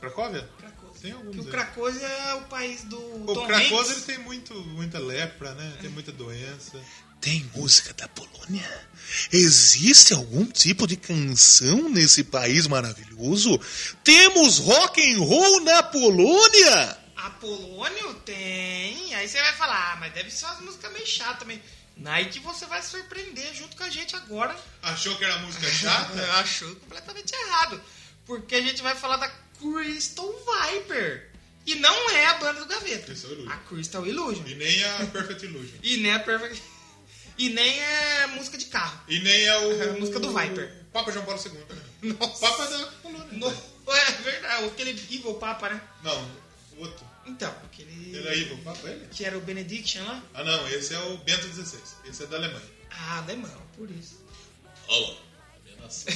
Cracóvia?
Cracóvia.
Tem alguns
Que o
aí.
Cracóvia é o país do Tom
O Krakosa ele
Hanks.
tem muito, muita lepra, né? Tem muita doença.
Tem música da Polônia? Existe algum tipo de canção nesse país maravilhoso? Temos rock and roll na Polônia?
Apolônio tem. Aí você vai falar, ah, mas deve ser umas músicas meio chatas também. Aí que você vai se surpreender junto com a gente agora.
Achou que era música chata?
Achou completamente errado. Porque a gente vai falar da Crystal Viper. E não é a banda do Gaveta.
Crystal Illusion.
A Crystal Illusion.
e nem a Perfect Illusion.
E nem a Perfect. E nem é música de carro.
E nem é o.
A música do Viper.
Papa João Paulo II. né? O
Nossa.
Papa é da Polônia.
No... É verdade, aquele Evil Papa, né?
Não, o outro.
Então, aquele.
Ele é Ivo. Papa ele?
Que era o Benediction lá?
Ah, não, esse é o Bento XVI. Esse é da Alemanha.
Ah, alemão, por isso.
Olha, eu nasci.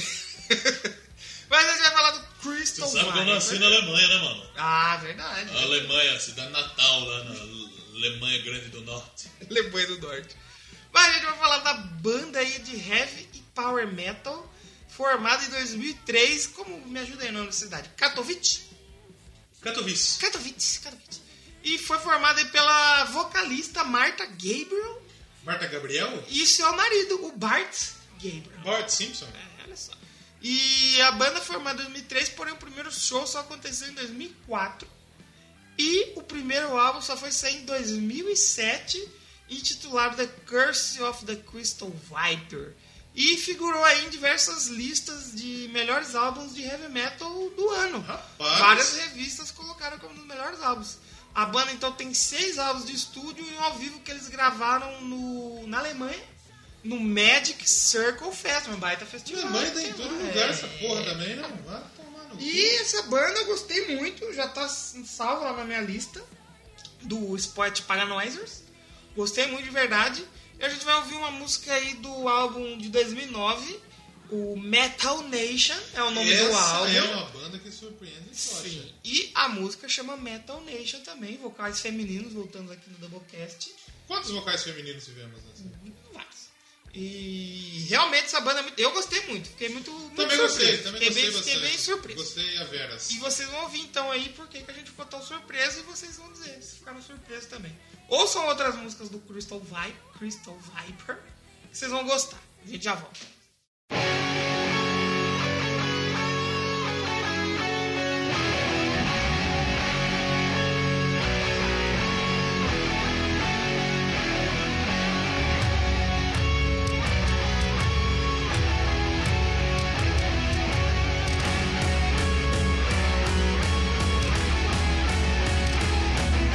Mas a gente vai falar do Crystal
Sabe que eu
Viper.
nasci na Alemanha, né, mano?
Ah, verdade.
A Alemanha, a cidade natal lá na Alemanha Grande do Norte.
Alemanha do Norte. Mas a gente vai falar da banda aí de heavy e power metal, formada em 2003, como me ajuda aí o nome da cidade? Katowice?
Katowice.
Katowice, Katowice. E foi formada aí pela vocalista Marta Gabriel
Marta Gabriel?
e seu marido, o Bart Gabriel.
Bart Simpson?
É, olha só. E a banda foi formada em 2003, porém o primeiro show só aconteceu em 2004. E o primeiro álbum só foi sair em 2007, intitulado The Curse of the Crystal Viper. E figurou aí em diversas listas de melhores álbuns de heavy metal do ano.
Rapaz.
Várias revistas colocaram como um dos melhores álbuns. A banda então tem seis álbuns de estúdio e um ao vivo que eles gravaram no, na Alemanha, no Magic Circle Fest, uma baita
Minha
festival.
mãe tá em todo
É.
lugar essa porra também, né? Vai tomar no cu.
E essa banda eu gostei muito, já tá salva lá na minha lista do Spot Paranoisers. Gostei muito de verdade. E a gente vai ouvir uma música aí do álbum de 2009, o Metal Nation, é o nome do
Essa
álbum.
é uma banda que surpreende e
Sim.
tocha.
E a música chama Metal Nation também, vocais femininos, voltando aqui no Doublecast.
Quantos vocais femininos tivemos assim? nessa?
Vários. E realmente essa banda é muito- eu gostei muito, fiquei muito, muito
Também gostei,
surpreso.
também
fiquei,
gostei
bem, fiquei
bastante.
bem surpreso.
Gostei a Tá Veras.
E vocês vão ouvir então aí por que que a gente ficou tão surpreso e vocês vão dizer, vocês ficaram surpresos também. Ouçam outras músicas do Crystal, Vi Crystal Viper, que vocês vão gostar. A gente já volta.
We are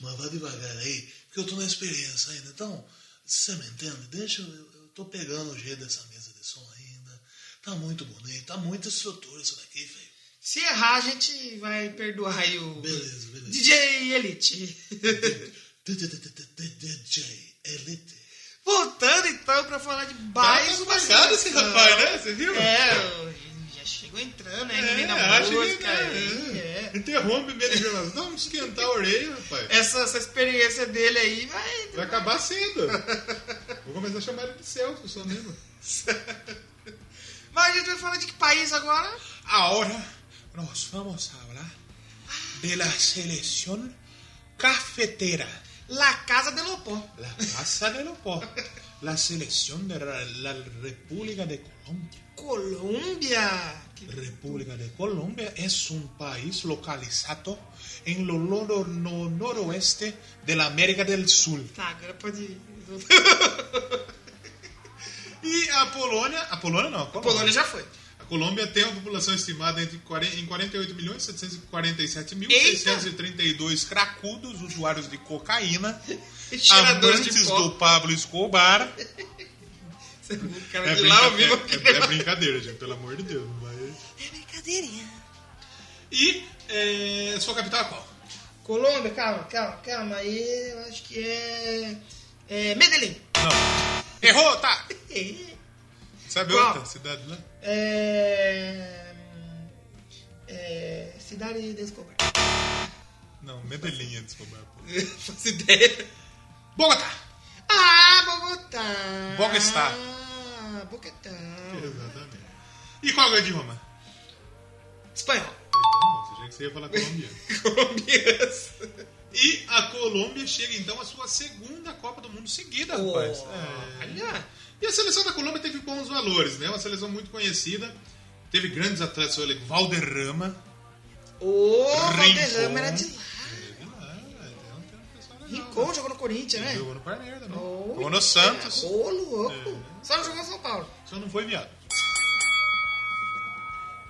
Mas vá devagar aí, porque eu tô na experiência ainda. Então, você me entende? Deixa eu. Eu tô pegando o jeito dessa mesa de som ainda. Tá muito bonito, tá muita estrutura isso daqui, velho.
Se errar, a gente vai perdoar aí o
Beleza, beleza.
DJ Elite.
DJ Elite.
Voltando então pra falar de mais
Mais
uma
passado esse
seleção.
rapaz, né? Você viu?
É, o- já chegou entrando, né? Ele vem na
acho que-
música. aí,
é.
é.
Interrompe meio de jornal. Não, esquentar a orelha, rapaz.
Essa, essa experiência dele aí vai.
Vai acabar cedo. Vou começar a chamar ele de Celso, só lembro.
Mas a gente vai falar de que país agora?
Ahora nos vamos a hablar de la selección cafetera,
La Casa de Lopó.
la Casa de Lopó, la selección de la, la República de Colombia.
Colômbia. Que-
República de Colombia es un país localizado en lo noro- no- noroeste de la América del Sur.
Tá, agora pode. ir.
E a Polônia.
ah,
A Polônia não, a Colômbia.
Polônia já foi.
A Colômbia tem uma população estimada entre 40, em 48 milhões
cracudos, usuários de cocaína,
Tiradores de
amantes
tipo.
pó.
do Pablo Escobar.
O cara
É,
de
brinca-
lá ouvindo
é- é- é brincadeira, gente, pelo amor de Deus. não vai- E é, sua capital é qual?
Colômbia, calma, calma, calma. Aí eu acho que é. É. Medellín.
Errou, tá!
É.
Sabe
Qual?
outra cidade lá?
É. é, Cidade descoberta.
Não, Medellín é descoberta.
Faço ideia.
Bogotá!
Ah, Bogotá.
Bogotá.
Ah, Bogotá.
Exatamente. E qual é a grande Roma?
Espanhol.
Então, achei que você ia falar colombiano.
Colombianos.
E a Colômbia chega então à sua segunda Copa do Mundo seguida, rapaz. É.
Olha.
E a seleção da Colômbia teve bons valores, né? Uma seleção muito conhecida. Teve grandes atletas, olha, Valderrama.
O
Rincon.
Valderrama era de lá.
Teve lá, tem um- tem um pessoal legal,
Rincon jogou no Corinthians,
né?
né?
Jogou no Parmeira também.
Oh,
Jogou no Santos.
Ô, louco. Só não jogou em São Paulo.
Só não foi viado.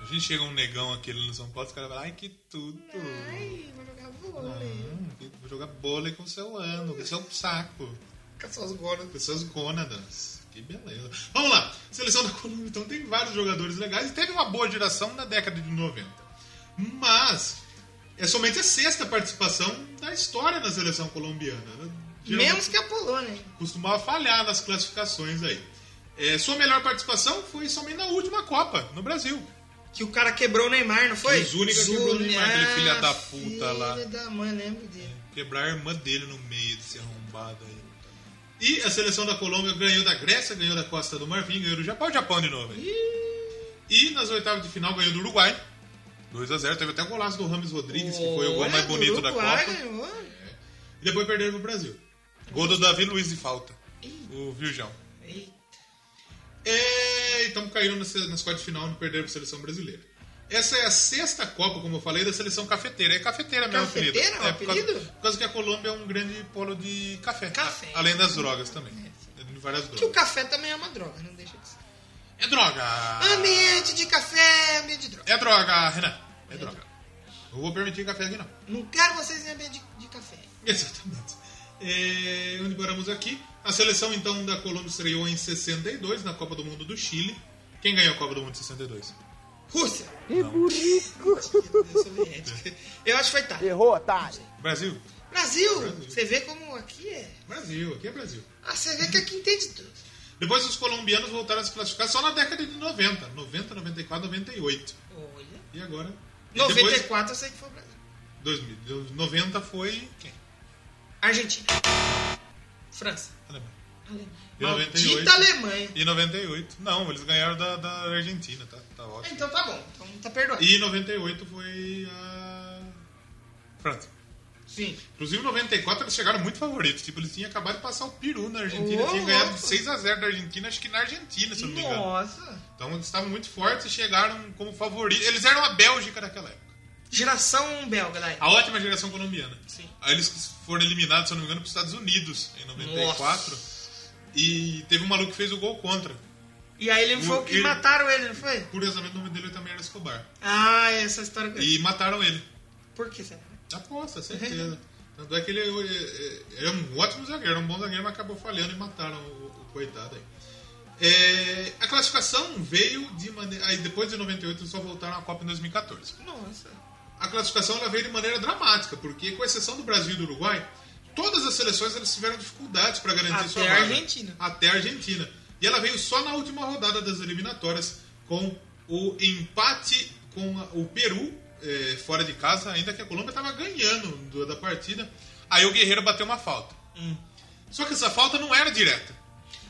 A gente chega um negão aqui ali no São Paulo, os caras falam, ai que tudo.
Ai, vou jogar vôlei.
Hum, que- Vou jogar bola com seu ano, com seu saco.
Com suas gordas.
Pessoas gônadas. Que beleza. Vamos lá. Seleção da Colômbia, então, tem vários jogadores legais e teve uma boa geração na década de 90. Mas é somente a sexta participação da história na seleção colombiana. né? Geralmente
Menos que a Polônia, hein?
costumava falhar nas classificações aí. É, sua melhor participação foi somente na última Copa, no Brasil.
Que o cara quebrou o Neymar, não foi?
Que o Zúñiga quebrou o Neymar, aquele
Ah,
filha da puta lá.
Filha da mãe, lembro dele.
Quebrar a irmã dele no meio desse arrombado aí. E a seleção da Colômbia ganhou da Grécia, ganhou da Costa do Marfim, ganhou do Japão, Japão de novo. aí. E nas oitavas de final ganhou do Uruguai. 2x0, teve até o golaço do Rames Rodrigues, que foi o gol
Olha,
mais
é do
bonito da
Uruguai
Copa.
ganhou.
E depois perderam pro Brasil. Gol do Davi Luiz de falta.
Ih.
O Viljão.
Eita.
É, então caíram nas, nas quartas de final e perderam para a seleção brasileira. Essa é a sexta Copa, como eu falei, da seleção cafeteira. É cafeteira mesmo,
Cafeteira
apelido.
é o
por causa-
apelido?
Por causa que a Colômbia é um grande polo de café. É,
Café.
A- Além das drogas também. Tem Várias
Que o
drogas.
café também é uma droga, não deixa de ser.
É droga!
Ambiente de café, ambiente de droga.
É droga, Renan. É droga. Não vou permitir café aqui, não.
Não quero vocês em ambiente de, de café.
Exatamente. É, onde paramos aqui? A seleção então da Colômbia estreou em 62 na Copa do Mundo do Chile. Quem ganhou a Copa do Mundo de 62?
Rússia.
Que burrico.
União Soviética. Eu acho que foi Itália.
Errou, otário.
Brasil.
Brasil. Você vê como aqui é.
Brasil, aqui é Brasil.
Ah, você vê que aqui entende tudo.
Depois os colombianos voltaram a se classificar só na década de 90. 90, 94, 98.
Olha.
E agora? E
94 eu sei que foi o Brasil.
Depois, 2000. 90 foi. Quem?
Argentina. França.
Alemanha.
Alemanha.
E 98.
Maldita Alemanha.
E 98. Não, eles ganharam da, da Argentina, tá? Tá
Ah,
ótimo.
Então tá bom. Então tá perdoado.
E 98 foi a. França.
Sim.
Inclusive, em 94 eles chegaram muito favoritos. Tipo, eles tinham acabado de passar o peru na Argentina.
Ô,
tinham ganhado de
louco.
6x0 da Argentina, acho que na Argentina, se eu não me engano.
Nossa.
Então eles estavam muito fortes e chegaram como favoritos. Eles eram a Bélgica naquela época.
Geração belga, daí.
A ótima geração colombiana.
Sim.
Aí eles foram eliminados, se eu não me engano, para os Estados Unidos em 94. E teve um maluco que fez o gol contra.
E aí ele foi o que
ele-
mataram ele, não foi?
Curiosamente, o nome dele é também era Escobar.
Ah, essa história. que-
E mataram ele.
Por que será?
Aposta, certeza. Tanto é que ele, ele- ele é um ótimo zagueiro, é um bom zagueiro, mas acabou falhando e mataram o, o coitado aí. É, a classificação veio de maneira. Aí depois de 98 eles só voltaram à Copa em 2014.
Nossa.
A classificação ela veio de maneira dramática, porque com exceção do Brasil e do Uruguai, todas as seleções elas tiveram dificuldades para garantir
Até
sua
a
vaga.
Argentina.
Até a Argentina. E ela veio só na última rodada das eliminatórias com o empate com a- o Peru eh, fora de casa, ainda que a Colômbia estava ganhando do- da partida. Aí o Guerreiro bateu uma falta.
Hum.
Só que essa falta não era direta.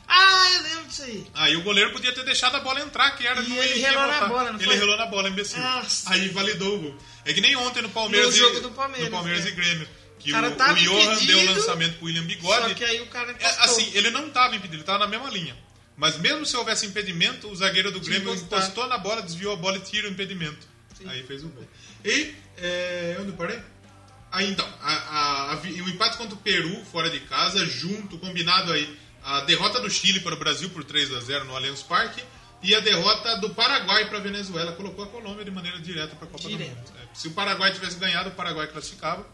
Ah, eu lembro disso aí.
Aí o goleiro podia ter deixado a bola entrar, que era
E
não
ele
ia
relou na
botar.
bola, não
Ele
foi?
relou na bola, imbecil.
Nossa.
Aí validou o gol. É que nem ontem no Palmeiras
No jogo
e,
do Palmeiras,
no Palmeiras
né?
e Grêmio. Que
O cara
o, o
tava
Johan deu o
impedido,
lançamento pro William Bigode.
Só que aí o cara
É,
encostou.
assim, ele não tava impedido, ele tava na mesma linha. Mas mesmo se houvesse impedimento, o zagueiro do Grêmio
encostar.
encostou na bola, desviou a bola e tira o impedimento. Aí fez o gol. E é, onde eu parei? Aí então, a- a- a vi- o empate contra o Peru fora de casa, junto, combinado aí, a derrota do Chile para o Brasil por 3 a 0 no Allianz Parque e a derrota do Paraguai para a Venezuela colocou a Colômbia de maneira direta para a Copa
Direto.
do Mundo. É, se o Paraguai tivesse ganhado, o Paraguai classificava,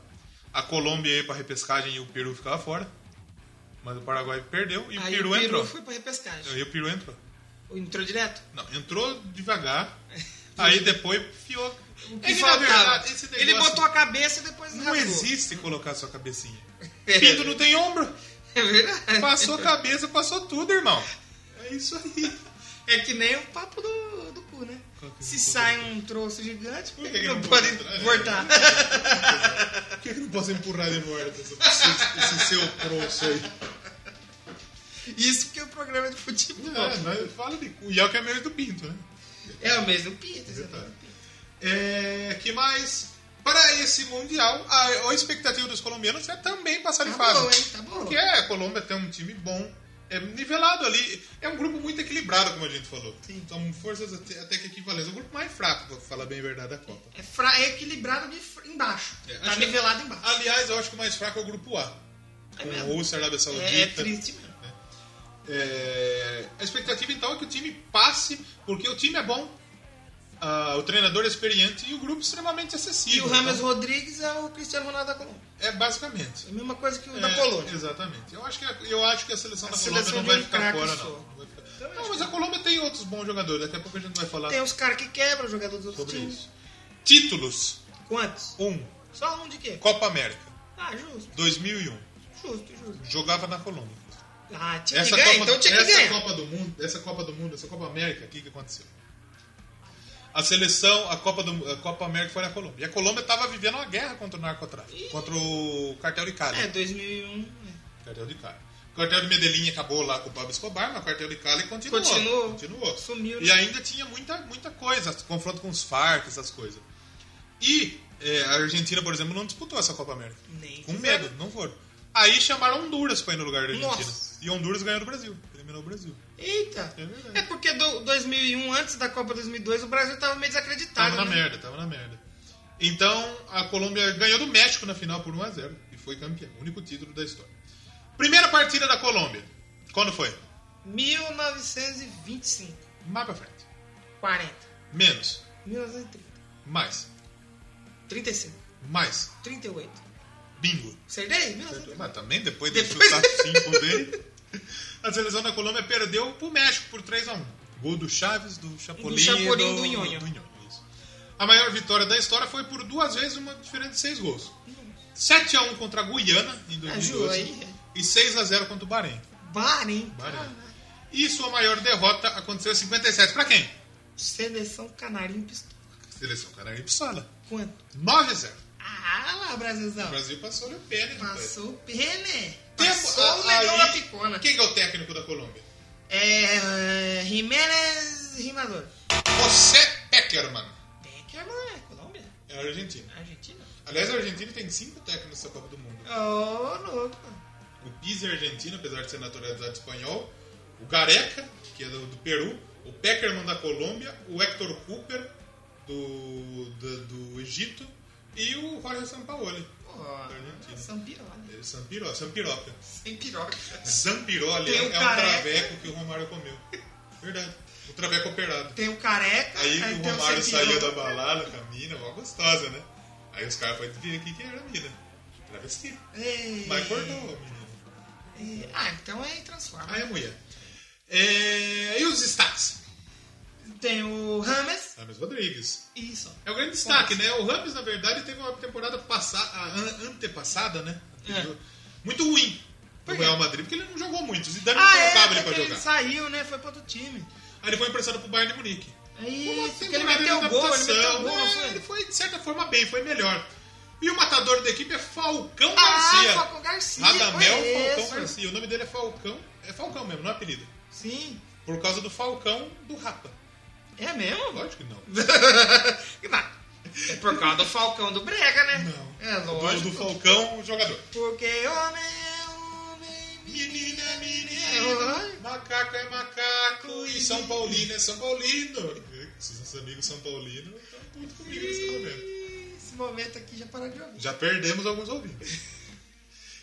a Colômbia ia para repescagem e o Peru ficava fora. Mas o Paraguai perdeu e
aí
o Peru, entrou.
foi pra repescagem.
Aí o Peru entrou.
Entrou direto?
Não, entrou devagar. aí depois fiou.
O que
É que, na
faltava?
verdade, esse
Ele
negócio-
botou a cabeça e depois
não
rasgou.
existe colocar sua cabecinha.
É.
Pinto não tem ombro.
É verdade.
Passou cabeça, passou tudo, irmão. É isso aí.
É que nem o papo do, do cu, né?
Qual que é
Se
o papo
sai um troço gigante, por
que
que
que
não
não
pode
pode?
cortar?
Por que eu não posso empurrar de morte esse, esse- esse seu troço aí?
Isso porque o programa é de futebol.
É, mas fala de cu. E é o que é meio do pinto, né?
É o mesmo pinto.
Detalhe. É, que mais? Para esse Mundial, a, a expectativa dos colombianos é também passar de
Tá
fase.
bom, hein? Tá bom.
Porque a Colômbia tem um time bom, é nivelado ali. É um grupo muito equilibrado, como a gente falou. Então, forças até, até que equivalentes. É o grupo mais fraco, pra falar bem a verdade, da Copa.
É, fra... é equilibrado de fr- embaixo.
É,
tá
acho-
nivelado embaixo.
Aliás, eu acho que o mais fraco é o grupo A.
É
com
mesmo.
Rússia, Arábia Saudita.
É, é triste mesmo.
É, a expectativa então é que o time passe, porque o time é bom, ah, o treinador é experiente e o grupo extremamente
E
acessível.
o Ramos
Então,
Rodrigues é o Cristiano Ronaldo da Colômbia.
é basicamente.
É a mesma coisa que o
É,
da Colômbia.
Exatamente. Eu acho que a, eu acho que a seleção
A
da
seleção
Colômbia não vai
de um
ficar
craque
fora,
só. Então,
não. Não, vai ficar- Não, mas a Colômbia tem outros bons jogadores. Daqui a pouco a gente vai falar
Tem os caras que quebram, os jogadores dos
sobre
times.
isso. Títulos:
Quantos?
1.
Só um de quê?
Copa América,
Ah, justo,
2001.
justo, justo.
Jogava na Colômbia.
Ah, tinha que ganhar, então tinha que
essa
ganhar.
Copa do Mundo, essa Copa do Mundo, essa Copa América, o que, que aconteceu? A seleção, a Copa, do, a Copa América foi na Colômbia. E a Colômbia estava vivendo uma guerra contra o narcotráfico, contra o cartel de Cali.
É, 2001. né?
Cartel de Cali. O cartel de Medellín acabou lá com o Pablo Escobar, mas o cartel de Cali continuou.
Continuou.
Continuou.
Sumiu,
E
né?
ainda tinha muita, muita coisa, confronto com os Farc, essas coisas. E é, a Argentina, por exemplo, não disputou essa Copa América.
Nem
Com
quiseram.
medo, não foram. Aí chamaram Honduras pra ir no lugar da Argentina.
Nossa.
E Honduras ganhou do Brasil. Eliminou o Brasil.
Eita!
É verdade.
É, porque do 2001, antes da Copa 2002, o Brasil tava meio desacreditado.
Tava na
né?
merda, tava na merda. Então, a Colômbia ganhou do México na final por 1x0 e foi campeã. Único título da história. Primeira partida da Colômbia. Quando foi?
1925,
Mais pra frente.
40,
Menos.
1930,
Mais.
35,
Mais.
38.
Bingo.
Acertei?
Certo?
1930.
Mas também depois de
Depois-
chutar 5 dele. A seleção da Colômbia perdeu pro México por 3x1. Gol do Chaves, do Chapolin.
Do Chapolin e do Nhonho.
isso. A maior vitória da história foi por duas vezes, uma diferença de 6 gols. 7x1 contra a Guiana em
Ah, Ju,
2012
aí.
e 6x0 contra o Bahrein.
Bahrein.
Bahrein.
Caralho.
E sua maior derrota aconteceu em 57. Pra quem?
Seleção Canarinho Pistola.
Seleção Canarinho e Pissala.
Quanto?
9x0.
Ah, lá, Brasilzão.
O Brasil passou no pênalti.
Passou o Pene.
Tempo-
Passou o
a-
negão
aí-
da picona.
Quem que é o técnico da Colômbia?
É. Jiménez Rimador.
José Peckerman.
Beckerman é Colômbia?
É argentino.
Argentina?
Aliás, a Argentina tem cinco técnicos nessa Copa do Mundo.
Ô, louco.
O Pizzi é argentino, apesar de ser naturalizado espanhol. O Gareca, que é do, do Peru. O Peckerman da Colômbia. O Hector Cooper, do, do, do Egito. E o Jorge Sampaoli,
Pô,
Argentina.
São Piroli.
é Sampiro, Sampiroca.
Sem piroca.
Zampiroli
Tem
é,
o
é um
Careca.
traveco que o Romário comeu. Verdade. O traveco operado.
Tem o careca.
Aí, o
tem um
Romário
sem piroca.
saiu da balada com a mina, mó gostosa, né? Aí os caras foram ver aqui que era a mina. Travesti.
É,
Mas cortou, menino.
é, ah, então é Transforma.
Aí é mulher. É, e os destaques?
Tem o Rames.
Rames Rodrigues.
Isso.
É o grande destaque, né? O Rames, na verdade, teve uma temporada passada, antepassada, né?
É.
Muito ruim
Por
pro
quê?
Real Madrid, porque ele não jogou muito. O Zidane não
Ah, é,
colocava
até
ele pra
que
jogar.
ele saiu, né? Foi pra outro time.
Aí ele foi emprestado pro Bayern de Munique.
Aí,
Uma
porque ele
temporada
meteu
de
o gol, ele meteu
adaptação,
o gol, não
né?
foi?
Ele foi, de certa forma, bem, foi melhor. E o matador da equipe é Falcão
Ah,
Garcia.
Falcão Garcia.
Radamel Falcão
conheço.
Garcia. O nome dele é Falcão. É Falcão mesmo, não é apelido.
Sim.
Por causa do Falcão do Rapa.
É mesmo?
Lógico que não.
Não. É por causa do Falcão do Brega, né?
Não.
É
Do,
lógico.
do Falcão, o jogador.
Porque homem é homem.
Menina,
Oi.
menina, macaco é macaco e São Paulino é São Paulino. Esses nossos amigos São Paulino estão muito comigo nesse momento.
Esse momento aqui já parou de ouvir.
Já perdemos alguns ouvintes.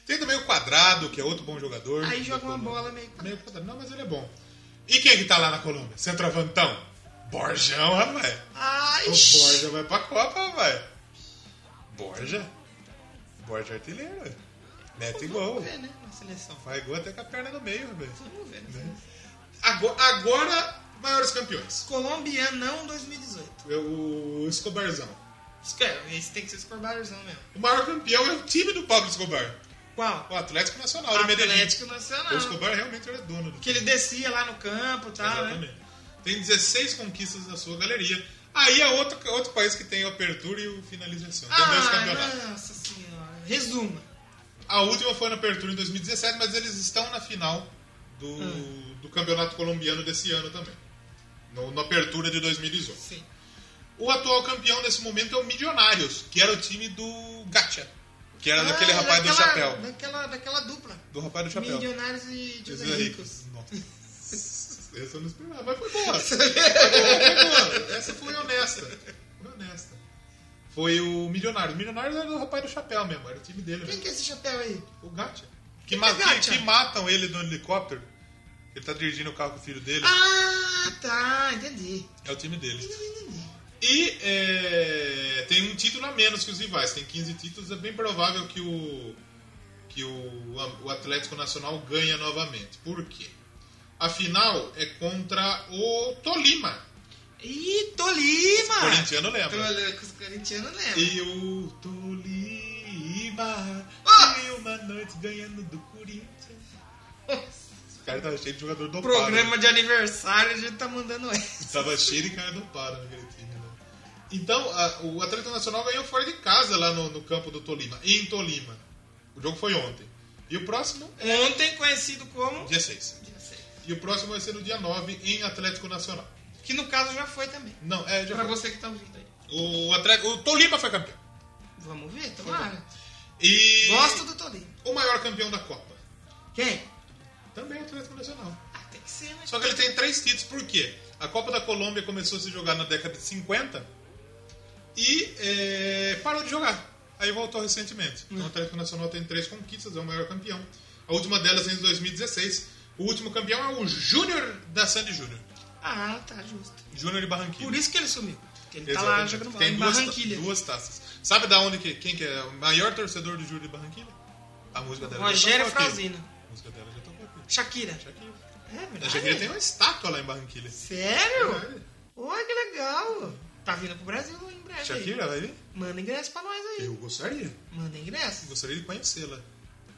Tem também o Quadrado, que é outro bom jogador.
Aí
Da
joga uma
Colômbia.
bola meio.
Meio quadrado. Não, mas ele é bom. E quem é que tá lá na Colômbia? Centroavantão? Borjão, rapaz.
Ai,
O
né?
Borja vai pra Copa, rapaz. Borja? Borja é artilheiro, velho. Mete gol.
Vamos ver, né? Na seleção.
Faz gol até com a perna no meio, rapaz.
Vamos ver. Né?
Né? Agora, agora, maiores campeões.
Colombianão 2018.
É o Escobarzão.
Esquece, esse tem que ser escorbarzão mesmo.
O maior campeão é o time do Pablo Escobar.
Qual?
O Atlético Nacional de Medellín.
Atlético Nacional.
O Escobar realmente era dono do
Que ele descia lá no campo e tal, né?
Exatamente. Tem 16 conquistas na sua galeria. Aí é outro, outro país que tem o apertura e o finalização. Tem dois campeonatos.
Ah, nossa senhora. Resuma.
A última foi na apertura em 2017, mas eles estão na final do,
Ah.
do campeonato colombiano desse ano também. No, na apertura de 2018.
Sim.
O atual campeão nesse momento é o Milionários, que era o time do Gacha. Que era
Ah,
daquele rapaz do
daquela-
chapéu.
Daquela, daquela dupla.
Do rapaz do chapéu. é
Milionários e
Esses
José
aí.
Ricos.
Nossa. Essa eu não esperava, mas foi boa. Foi boa, foi boa. Essa foi honesta. Foi honesta. Foi o Milionário. O Milionário era o rapaz do chapéu mesmo, era o time dele
Quem
mesmo.
que é esse chapéu aí?
O Gacha. Que, ma- que-
Gacha?
que matam ele no helicóptero. Ele tá dirigindo o carro com o filho dele.
Ah, tá. Entendi.
É o time dele.
Entendi, entendi.
E é, tem um título a menos que os rivais, tem 15 títulos, é bem provável que o que o, o Atlético Nacional ganha novamente. Por quê? A final é contra o Tolima.
Ih, Tolima!
Corintiano lembra.
Tol- Os corintianos lembram.
E o Tolima
Ah!
em uma noite ganhando do Corinthians. Esse cara tava cheio de jogador dopado. né?
Programa é de aniversário, a gente tá mandando essa.
Tava cheio de cara dopada naquele time, né? Então, a- o Atlético Nacional ganhou fora de casa lá no, no campo do Tolima, em Tolima. O jogo foi ontem. E o próximo,
Ontem conhecido como.
dia 6.
Dia seis.
E o próximo vai ser no dia 9, em Atlético Nacional.
Que no caso já foi também.
Não, é, já
Pra
foi.
você que tá ouvindo aí.
O, Atlético, o Tolima foi campeão.
Vamos ver, tomara.
E
Gosto do Tolima.
o maior campeão da Copa.
Quem?
Também é o Atlético Nacional.
Ah, tem que ser, né?
Só que ele tem três títulos, por quê? A Copa da Colômbia começou a se jogar na década de 50 e é, parou de jogar. Aí voltou recentemente. Então o Atlético Nacional tem três conquistas, é o maior campeão. A última delas é em 2016. O último campeão é o Júnior da Sandy Júnior.
Ah, tá justo.
Júnior de Barranquilla.
Por isso que ele sumiu. Porque ele tá lá
Exatamente.
jogando bola
tem
em
duas,
Barranquilha.
duas taças. Sabe da onde que, quem que é o maior torcedor do Júnior de Barranquilla? A música dela
Rogério
já tocou aqui.
Frazino.
A música dela já tocou aqui.
Shakira.
Shakira.
É
A Shakira tem um-
verdade?
uma estátua lá em Barranquilla.
Sério? Olha que legal. Tá vindo pro Brasil em breve. aí.
Shakira, é vai vir?
Manda ingresso pra nós aí.
Eu gostaria.
Manda ingresso.
Gostaria de conhecê-la.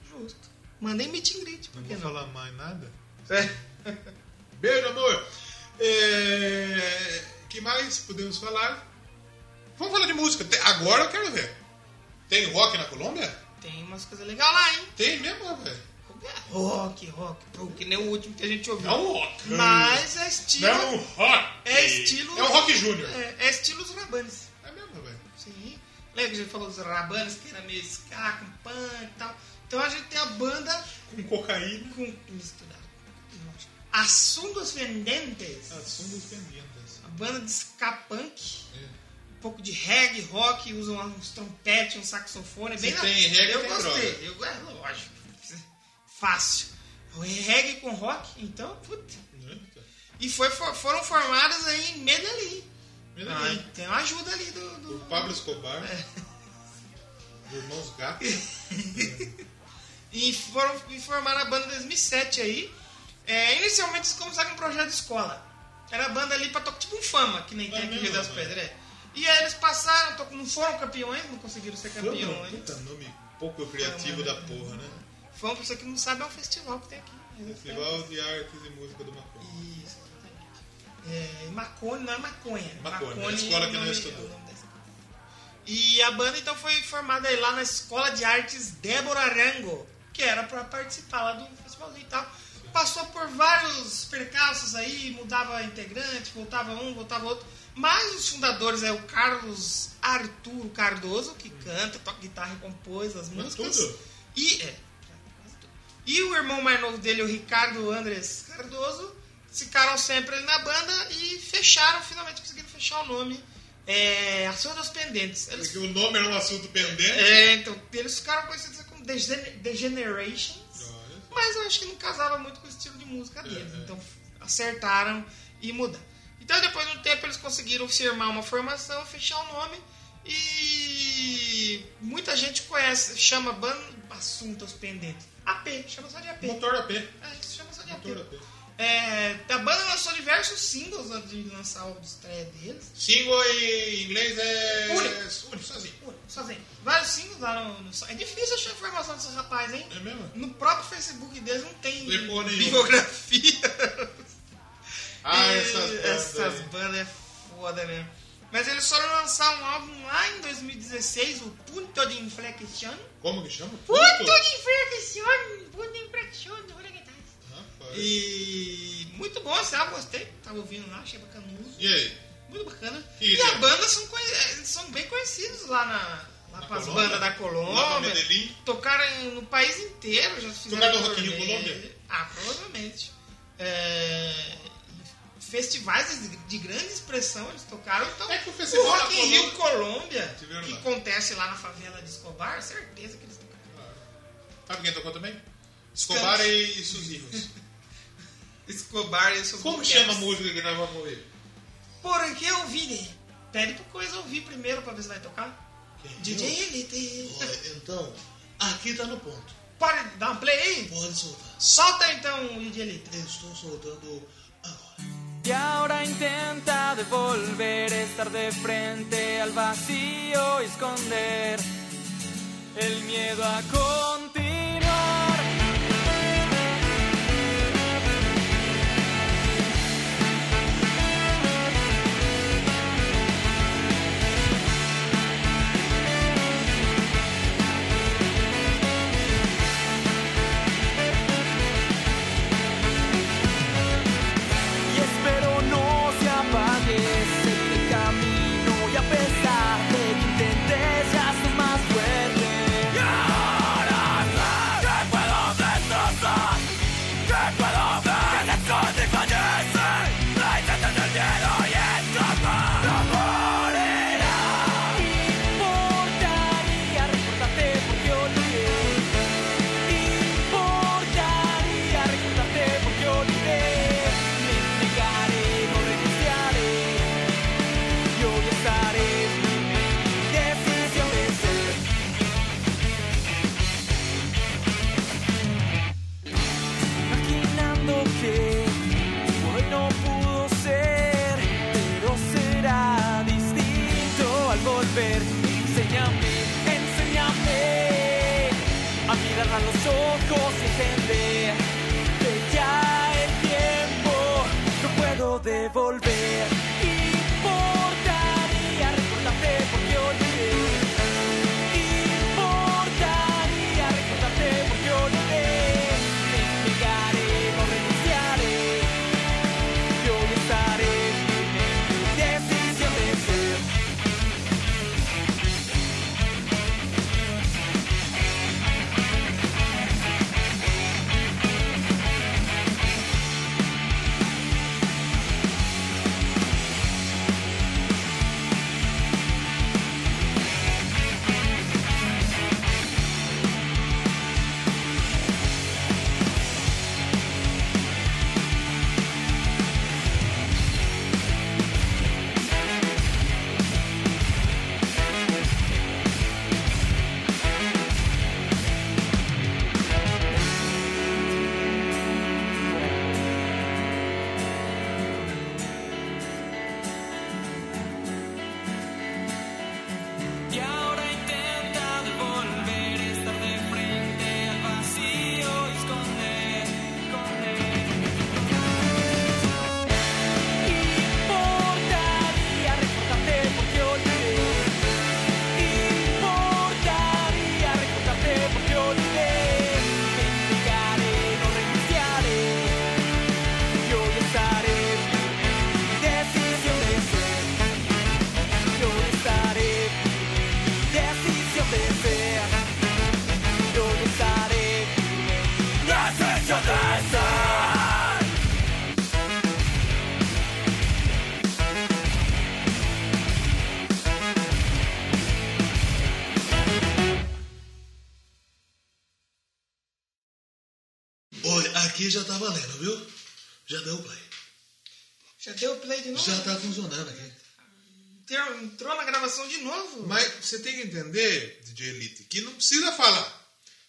Justo. Manda em meet and greet. Por
Não
que
vou
não?
falar mais nada.
É.
Beijo, amor! É... que mais podemos falar? Vamos falar de música. Tem- Agora eu quero ver. Tem rock na Colômbia?
Tem umas coisas legais lá, hein?
Tem mesmo, velho.
Rock, rock, pro que nem o último que a gente ouviu.
É um rock.
Mas é
Não
estilo.
é um rock.
É estilo.
É um rock júnior.
É, é estilo os Rabanes.
É mesmo, velho.
Sim. Lembra que a gente falou dos Rabanes, que era meio ska, com pan e tal. Então a gente tem a banda
Com cocaína.
com. misturada. Assuntos Vendentes.
Ah, Assuntos pendentes.
A banda de ska punk.
É.
Um pouco de reggae, rock, usam lá uns trompetes, um saxofone. É bem
Se
na-
tem reggae,
Eu
tem
gostei. Eu, é lógico. Fácil. Reggae com rock, então, puta. E foi, for- foram formadas aí em Medellín.
Medellín.
Ah, tem uma ajuda ali do. do-
O Pablo Escobar.
É.
Irmãos Gato.
E foram e formaram a banda em 2007 aí. É, inicialmente eles começaram com um projeto de escola. Era a banda ali pra tocar tipo um fama, que nem
É
tem aqui em Rio
mesmo,
das
né?
Pedras. é. E aí eles passaram, to- não foram campeões, não conseguiram ser
Fama,
campeões.
puta nome pouco
É,
criativo da porra, né?
Fama, pra você que não sabe, é um festival que tem aqui.
Festival de Artes e Música do Maconha.
Isso, exatamente. É, Macone, não é maconha.
Maconha,
Macone
a escola que
é o
não
nome-
estudou.
é o nome dessa banda. E a banda então foi formada aí lá na Escola de Artes Débora Arango, que era pra participar lá do festivalzinho e tal. Passou por vários percalços aí, mudava integrante, voltava um, voltava outro. Mas os fundadores é o Carlos Arturo Cardoso, que canta, toca guitarra e compôs as
Mas
músicas.
tudo.
E, é, e o irmão mais novo dele, o Ricardo Andres Cardoso, ficaram sempre ali na banda e fecharam, finalmente conseguiram fechar o nome. É, Ação dos Pendentes. Eles,
Porque o nome era um assunto pendente.
é, então, eles ficaram conhecidos como The Gen- The Generations,
Olha só.
mas eu acho que não casava muito com o estilo de música deles. Então acertaram e mudaram. Então depois de um tempo eles conseguiram firmar uma formação, fechar o nome e muita gente conhece, chama banda Assuntos Pendentes. AP, chama só de AP.
Motor AP.
É, se chama só de
Motor
AP.
AP.
É, a banda lançou diversos singles antes de lançar o de estreia deles.
Single em inglês é.
Único.
Único, sozinho.
Pô, Sozinho. Vários singles lá no, no site. É difícil achar informação desse rapaz, hein?
É mesmo?
No próprio Facebook deles não tem
Tem porra nenhuma.
biografia.
Ah,
E
essas bandas.
essas
aí.
bandas é foda mesmo. Mas eles foram lançar um álbum lá em 2016, o Punto de Inflexion.
Como que chama?
Punto
Puto.
de Inflexion! Punto de Inflexion! Olha que tal.
Rapaz. E...
E muito bom esse álbum, gostei. Tava ouvindo lá, achei bacanuso.
aí?
Muito bacana.
Que
e
isso,
a
né?
banda são, conhe- eh, são bem conhecidos lá na. Lá
Na
pras
Colômbia?
bandas da
Lá pra
Colômbia.
Medellín?
Tocaram em- no país inteiro, já fizeram.
Tocaram no Rock in Rio
turnê.
Colômbia?
Ah, provavelmente. É, em Festivais de, de grande expressão eles tocaram. Então,
É que o festival
o
da
Rock in Rio Colômbia,
Tiveram
que
lá.
acontece lá na favela de Escobar, certeza que eles tocaram.
Sabe quem tocou também? Escobar e, e sus hijos.
Escobar e seus
Como que
boquetes.
chama a música que nós vamos ouvir?
Porque eu ouvirei. Pede pro coisa ouvir primeiro pra ver se vai tocar. DJ Elite.
Então, aqui tá no ponto.
Pode dar um play aí?
Pode soltar.
Solta então o DJ Elite.
Eu estou soltando agora.
Y ahora intenta devolver, estar de frente al vacío y esconder el miedo a continuar. Y espero no se apague este camino y a pesar de que intentes ya estás más fuerte. Y ahora sé que puedo destrozar, que puedo ver que esconde fallece, la intención del miedo y escapar. No morirá. Importaría recordarte porque olvidé. Importaría recordarte porque olvidé. Me entregaré, no renunciaré. Yo hoy estaré mi decisión de ser. Imaginando que hoy no pudo ser, pero será distinto al volver. Enséñame, enséñame a mirar a los ojos y entender que ya el tiempo no puedo devolver. Importaría recordarte porque olvidé. Importaría recordarte porque olvidé Me entregaré, no renunciaré Yo hoy estaré firme en mi decisión de ser
Olha, aqui já tá valendo, viu? Já deu play.
Já deu play de novo?
Já tá funcionando aqui.
Ter- Entrou na gravação de novo?
Mas você tem que entender, DJ Elite, que não precisa falar.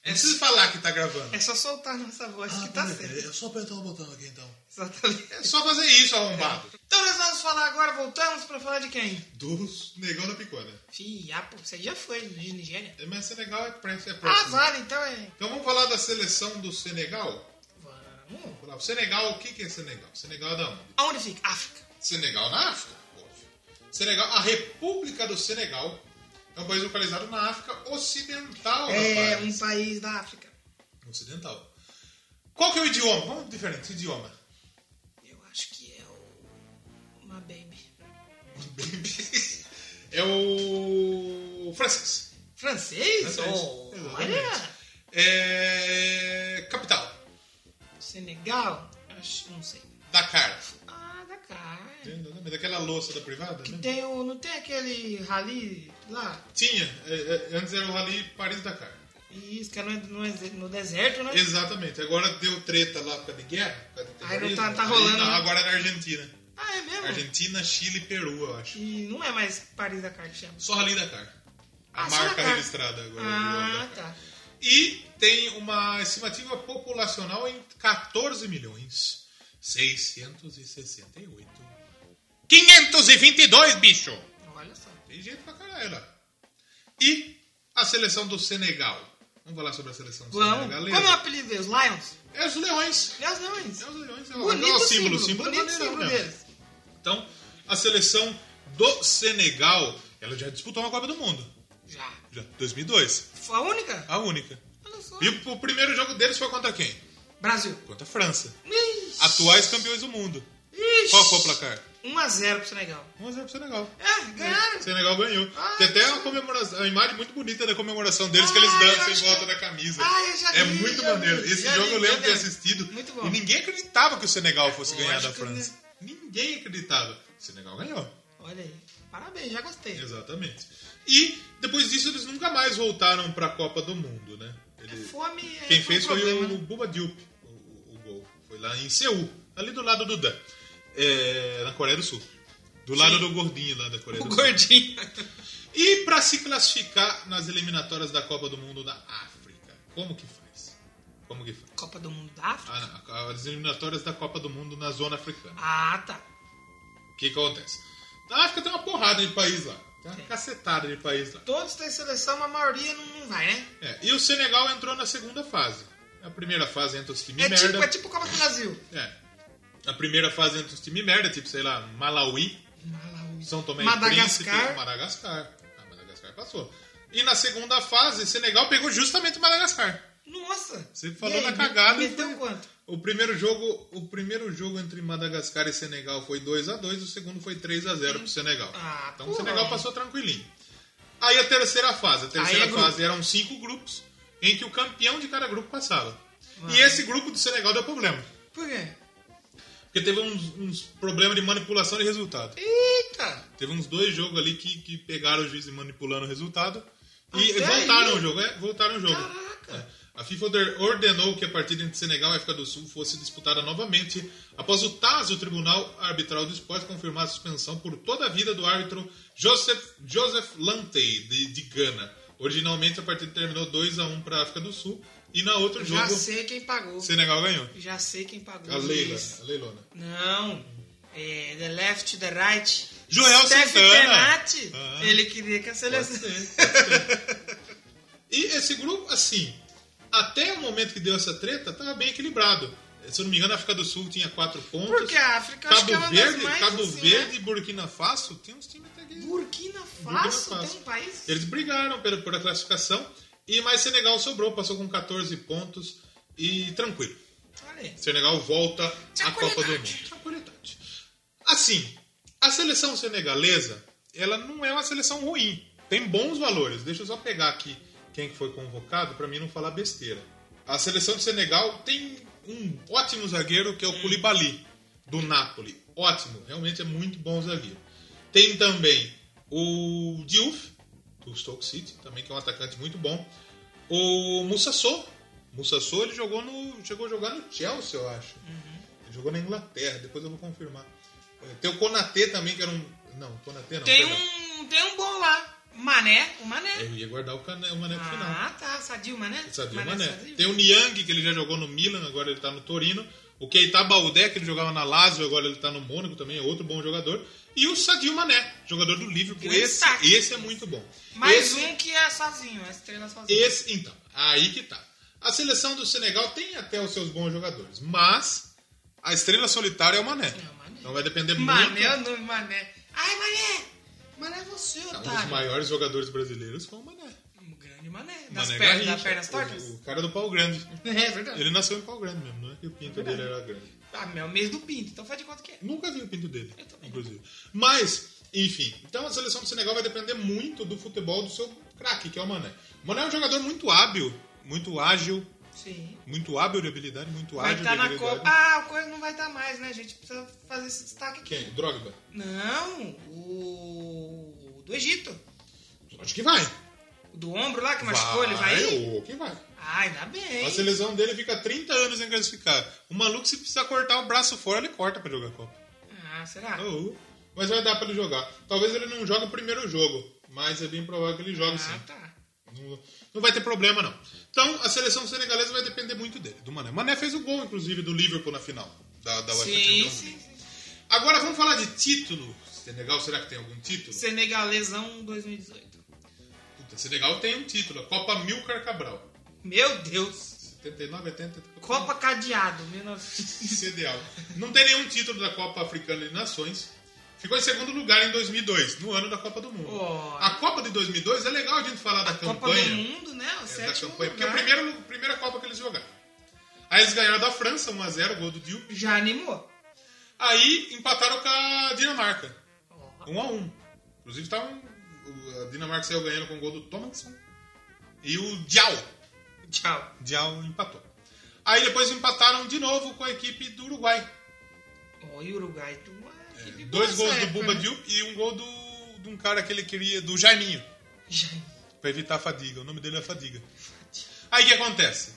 Não precisa falar que tá gravando.
É só soltar nossa voz
Ah,
que tá
peraí,
certo.
peraí, é só apertar o botão aqui então.
Exatamente.
É só fazer isso, arrombado.
Então nós vamos falar agora, voltamos pra falar de quem?
É. Dos negão da picona.
Fiapo, você já foi de Nigéria?
É, Mas Senegal é pré- é
Ah,
próximo.
vale, então é.
Então vamos falar da seleção do Senegal?
Vamos.
Vamos lá. O Senegal, o que que é Senegal? Senegal é da onde?
Aonde fica? África.
Senegal é na África, óbvio. Senegal, a República do Senegal é um país localizado na África Ocidental,
É
rapaz.
um país da África.
Ocidental. Qual que é o idioma? Vamos diferente, idioma.
Eu acho que é o. Uma baby.
É o francês.
Francês?
Francês,
Oh,
exatamente.
olha!
É... Capital,
Senegal? Acho, não sei.
Dakar.
Ah, da cara.
Exatamente, Daquela louça da privada, né?
Tem o, não tem aquele rally lá?
Tinha, é, é, antes era o Rally Paris-Dakar.
Isso, que é no, no- no deserto, né?
Exatamente, agora deu treta lá por causa de guerra. por causa de
Aí não tá-
terrorismo.
tá
Aí
rolando,
não,
né?
agora é na Argentina.
Ah, é mesmo?
Argentina, Chile e Peru, eu acho.
E não é mais Paris da Carta, chama.
Só Rally Dakar. A
Ah, só
marca
Dakar.
registrada agora. virou
Ah,
Dakar.
tá.
E tem uma estimativa populacional em 14 milhões 668. 522, bicho!
Olha só.
Tem gente pra caralho lá. E a seleção do Senegal. Vamos falar sobre a seleção do
Vamos.
Senegal.
Como é o apelido deles? Lions?
É os leões.
É os leões.
É os leões. É o-
Bonito
é o
símbolo.
símbolo. símbolo é
Bonito
maneirão
símbolo
mesmo.
deles.
Então, a seleção do Senegal, ela já disputou uma Copa do Mundo.
Já.
Já, 2002.
Foi a única?
A única.
Olha só.
E o primeiro jogo deles foi contra quem?
Brasil.
Contra a França.
Ixi.
Atuais campeões do mundo.
Ixi.
Qual foi o placar?
1x0 pro Senegal.
1x0 pro Senegal.
É, ganharam.
O Senegal ganhou.
Ah,
Tem até uma, comemoração, uma imagem muito bonita da comemoração deles, que eles
Ah, eu
dançam em
acho
volta
que-
da camisa.
Ah, eu já
é
vi,
muito
já
maneiro.
vi,
Esse
já
jogo
vi,
eu lembro
já
de
vi.
ter assistido.
Muito bom.
E ninguém acreditava que o Senegal fosse ganhar da
Lógico,
França. Ninguém acreditava. O Senegal ganhou.
Olha aí. Parabéns, já gostei.
Exatamente. E depois disso eles nunca mais voltaram pra Copa do Mundo, né? Ele-
Fome é
Quem
um
fez foi
problema, né?
o Buba Diop, o, o- o gol. Foi lá em Seul, ali do lado do Dan, é, na Coreia do Sul. Do lado do gordinho lá da Coreia
O
do Sul.
gordinho.
E pra se classificar nas eliminatórias da Copa do Mundo da África, como que faz? Como que faz?
Copa do Mundo da África?
Ah, não, as eliminatórias da Copa do Mundo na zona africana.
Ah, tá.
O que que acontece? Na África tem uma porrada de país lá. Tem uma cacetada de país lá.
Todos têm seleção, mas a maioria não, não vai, né?
É, e o Senegal entrou na segunda fase. A primeira fase entra os times
É
merda.
tipo, é tipo Copa do Brasil.
É. A primeira fase entre os times merda, tipo, sei lá, Malawi,
Malawi.
São Tomé e
Madagascar.
Príncipe, Madagascar. Ah, Madagascar passou. E na segunda fase, Senegal pegou justamente Madagascar.
Nossa.
Você
E
falou
aí,
na cagada. e
Meteu
foi-
quanto?
O primeiro jogo, o primeiro jogo entre Madagascar e Senegal foi 2 a 2, o segundo foi 3 a 0 pro Senegal.
Ah,
então o
porra.
Senegal passou tranquilinho. Aí a terceira fase, a terceira
Aí é grupo.
fase eram cinco grupos em que o campeão de cada grupo passava. E
Ah.
esse grupo do Senegal deu problema.
Por quê?
Porque teve uns, uns problemas de manipulação de resultado.
Eita!
Teve uns dois jogos ali que, que pegaram o juiz manipulando o resultado. E
Até
voltaram
aí?
o jogo, é, voltaram o jogo.
Caraca!
É. A FIFA order- ordenou que a partida entre Senegal e África do Sul fosse disputada novamente após o TAS, o Tribunal Arbitral do Esporte, confirmar a suspensão por toda a vida do árbitro Joseph, Joseph Lantey, de, de Gana. Originalmente a partida terminou 2 a 1 para a África do Sul e na outro
Já
jogo
sei quem pagou.
Senegal ganhou.
Já sei quem pagou.
A Leila,
isso.
a Leilona.
Não. É, the left, the right.
Joel
Steph
Santana.
Penati,
Ah.
ele queria que a seleção...
E esse grupo, assim, até o momento que deu essa treta, tava bem equilibrado. Se eu não me engano, a África do Sul tinha quatro pontos.
Porque a África acho
Cabo
que é uma
Verde,
das mais...
Cabo
assim,
Verde
né?
e Burkina Faso tem uns times até que...
Burkina
Burkina
Faso, tem
Faso.
um país...
Eles brigaram pela, pela classificação, e mas Senegal sobrou, passou com 14 pontos e tranquilo.
Olha aí.
Senegal volta à
Tranquilidade.
Copa do Mundo. Tranquilidade. Assim, a seleção senegalesa, ela não é uma seleção ruim. Tem bons valores. Deixa eu só pegar aqui quem que foi convocado para mim não falar besteira. A seleção do Senegal tem um ótimo zagueiro que é o Koulibaly, do Napoli. Ótimo, realmente é muito bom zagueiro. Tem também o Diouf, do Stoke City, também que é um atacante muito bom. O Moussa Sow, Mussassou ele jogou no, chegou a jogar no Chelsea, eu acho. Ele jogou na Inglaterra, depois eu vou confirmar. É, Tem o Konatê também, que era um. Não, o Konatê não.
Tem
perdão.
um, tem um bom lá. Mané, o Mané.
Eu ia guardar o, Cané, o Mané pro final.
Ah, tá. Sadio Mané.
Sadio Mané.
Sadio.
né? Tem o Niang, que ele já jogou no Milan, agora ele tá no Torino. O Keita Baldé, que ele jogava na Lazio, agora ele tá no Mônaco também, é outro bom jogador. E o Sadio Mané, jogador do Liverpool.
Grande
Esse,
saque.
esse é muito bom.
Mais
Esse-
um que é sozinho, é estrela sozinho.
esse, então, aí que tá. A seleção do Senegal tem até os seus bons jogadores, mas a estrela solitária é o Mané.
É o Mané.
Então vai depender muito.
Mané é o nome, Mané. Ai, Mané! Mané é você,
Então, os
otário.
maiores jogadores brasileiros foi o Mané.
Um grande Mané. Das pernas, das
Mané Garrincha,
pernas
o-
tortas?
O, cara do pau grande.
É verdade.
Ele nasceu em pau grande mesmo, não é que o pinto dele era grande.
Ah, meu, é o mês do Pinto, então faz de conta que é.
Nunca vi o pinto dele,
Eu também.
inclusive. Mas, enfim, então a seleção do Senegal vai depender muito do futebol do seu craque, que é o Mané. O Mané é um jogador muito hábil, muito ágil,
Sim.
muito hábil de habilidade, muito
Vai
ágil
estar
de
na
habilidade.
Copa. Ah, o Coisa não vai estar mais, né, gente? Precisa fazer esse destaque aqui.
Quem? O Drogba?
Não, o. Do Egito.
Acho que vai.
O do ombro lá que machucou, ele É vai ir?
o que vai.
Ah, ainda bem.
A seleção dele fica 30 anos sem classificar. O maluco, se precisar cortar o braço fora, ele corta pra jogar a Copa.
Ah, será?
Oh, Mas vai dar pra ele jogar. Talvez ele não jogue o primeiro jogo, mas é bem provável que ele jogue sim.
Ah, tá.
Não, não vai ter problema, não. Então, a seleção senegalesa vai depender muito dele, do Mané. Mané fez o gol, inclusive, do Liverpool na final da, da UEFA
Sim,
Champions
sim,
League.
sim.
Agora, vamos falar de título. Senegal, será que tem algum título?
Senegalesão 2018.
Puta, Senegal tem um título. A Copa Milcar Cabral.
Meu Deus.
79, 80...
Copa Cadeado, 1900.
Cedeal. Não tem nenhum título da Copa Africana de Nações. Ficou em segundo lugar em 2002, no ano da Copa do Mundo.
Olha.
A Copa de 2002 é legal a gente falar da campanha.
Copa do Mundo, né? O
É, da
sétimo
campanha, porque é a
lugar.
primeira, primeira Copa que eles jogaram. Aí eles ganharam da França, 1x0, gol do Diop.
Já animou.
Aí empataram com a Dinamarca,
Ó,
1x1. Inclusive, tava, um- a Dinamarca saiu ganhando com o gol do Thomason e o Dial.
Tchau.
Dial empatou. Aí depois empataram de novo com a equipe do Uruguai.
Ó, e Uruguai, tu. ah, que bom
É, Dois
essa
gols do
época,
Buba
né?
Diop e um gol do, de um cara que ele queria, do Jaiminho.
né? Já.
Pra evitar a fadiga. O nome dele é Fadiga. Aí o que acontece?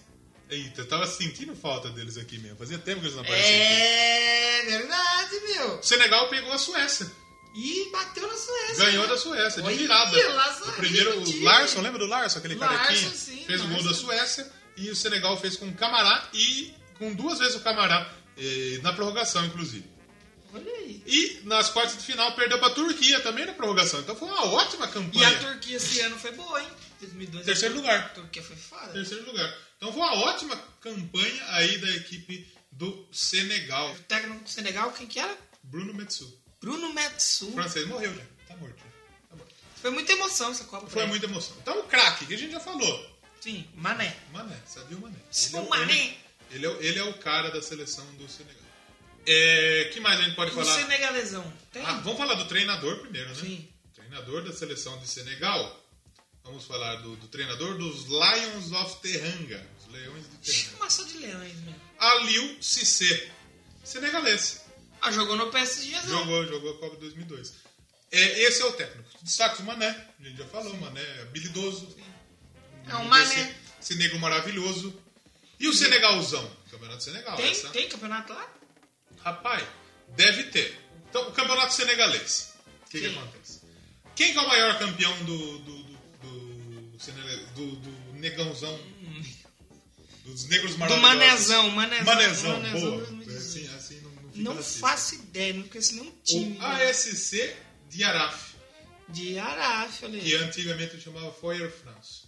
Eita, eu tava sentindo falta deles aqui mesmo. Fazia tempo que eles não apareciam. aqui.
É verdade, meu.
O Senegal pegou a Suécia.
E bateu na Suécia. né?
Ganhou da Suécia, de
Olha,
virada.
Larson
O primeiro, o
arrebentando.
Larson, lembra do Larson? Aquele
é Larson,
carequinha.
sim,
Fez o gol
Larson.
da Suécia. E o Senegal fez com o Camará e com duas vezes o Camará. eh, na prorrogação, inclusive.
Olha aí.
E nas quartas de final perdeu pra Turquia também na prorrogação. Então foi uma ótima
E
campanha.
a Turquia esse ano foi boa, hein? 2002.
Terceiro
a Tur-
lugar.
A Turquia foi foda.
terceiro lugar. Então foi uma ótima campanha aí da equipe do Senegal.
O técnico do Senegal, quem que era?
Bruno Metsu.
Bruno Metsu.
O francês morreu já. Tá morto. já. Tá morto.
Foi muita emoção essa Copa. pra
Foi
ele.
muita emoção. Então o craque, que a gente já falou.
Sim, Mané.
Mané, sabia o Mané.
Sim,
Ele é
o Mané.
Ele, ele é, o- ele é o cara da seleção do Senegal. É, que mais a gente pode
O
falar?
Um senegalesão. Tem?
Ah, vamos falar do treinador primeiro, né?
Sim.
Treinador da seleção de Senegal. Vamos falar do, do treinador dos Lions of Teranga. Os Leões de Teranga.
Chama só de leões, mesmo.
Aliou Cissé. Senegalês.
Ah, jogou no PSG, não.
Jogou, jogou a Copa de 2002. É, esse é o técnico. Destaque o Mané. A gente já falou, Mané é habilidoso.
É um Mané.
Esse, esse negro maravilhoso. E o Senegalzão? Campeonato Senegal.
Tem,
essa?
tem campeonato lá?
Rapaz, deve ter. Então, o campeonato senegalês. O que, que
Sim.
acontece? Quem que é o maior campeão do. do, do, do, senegale- do- do negãozão? Dos negros
Do Manezão,
maravilhosos.
Manezão.
Manezão, boa.
2018.
Assim, assim não, não fica
Não
racista.
faço ideia, não conheço nenhum time
O Ah, é. ASC de Araf,
de Araf, olha aí.
que antigamente chamava Foyer France.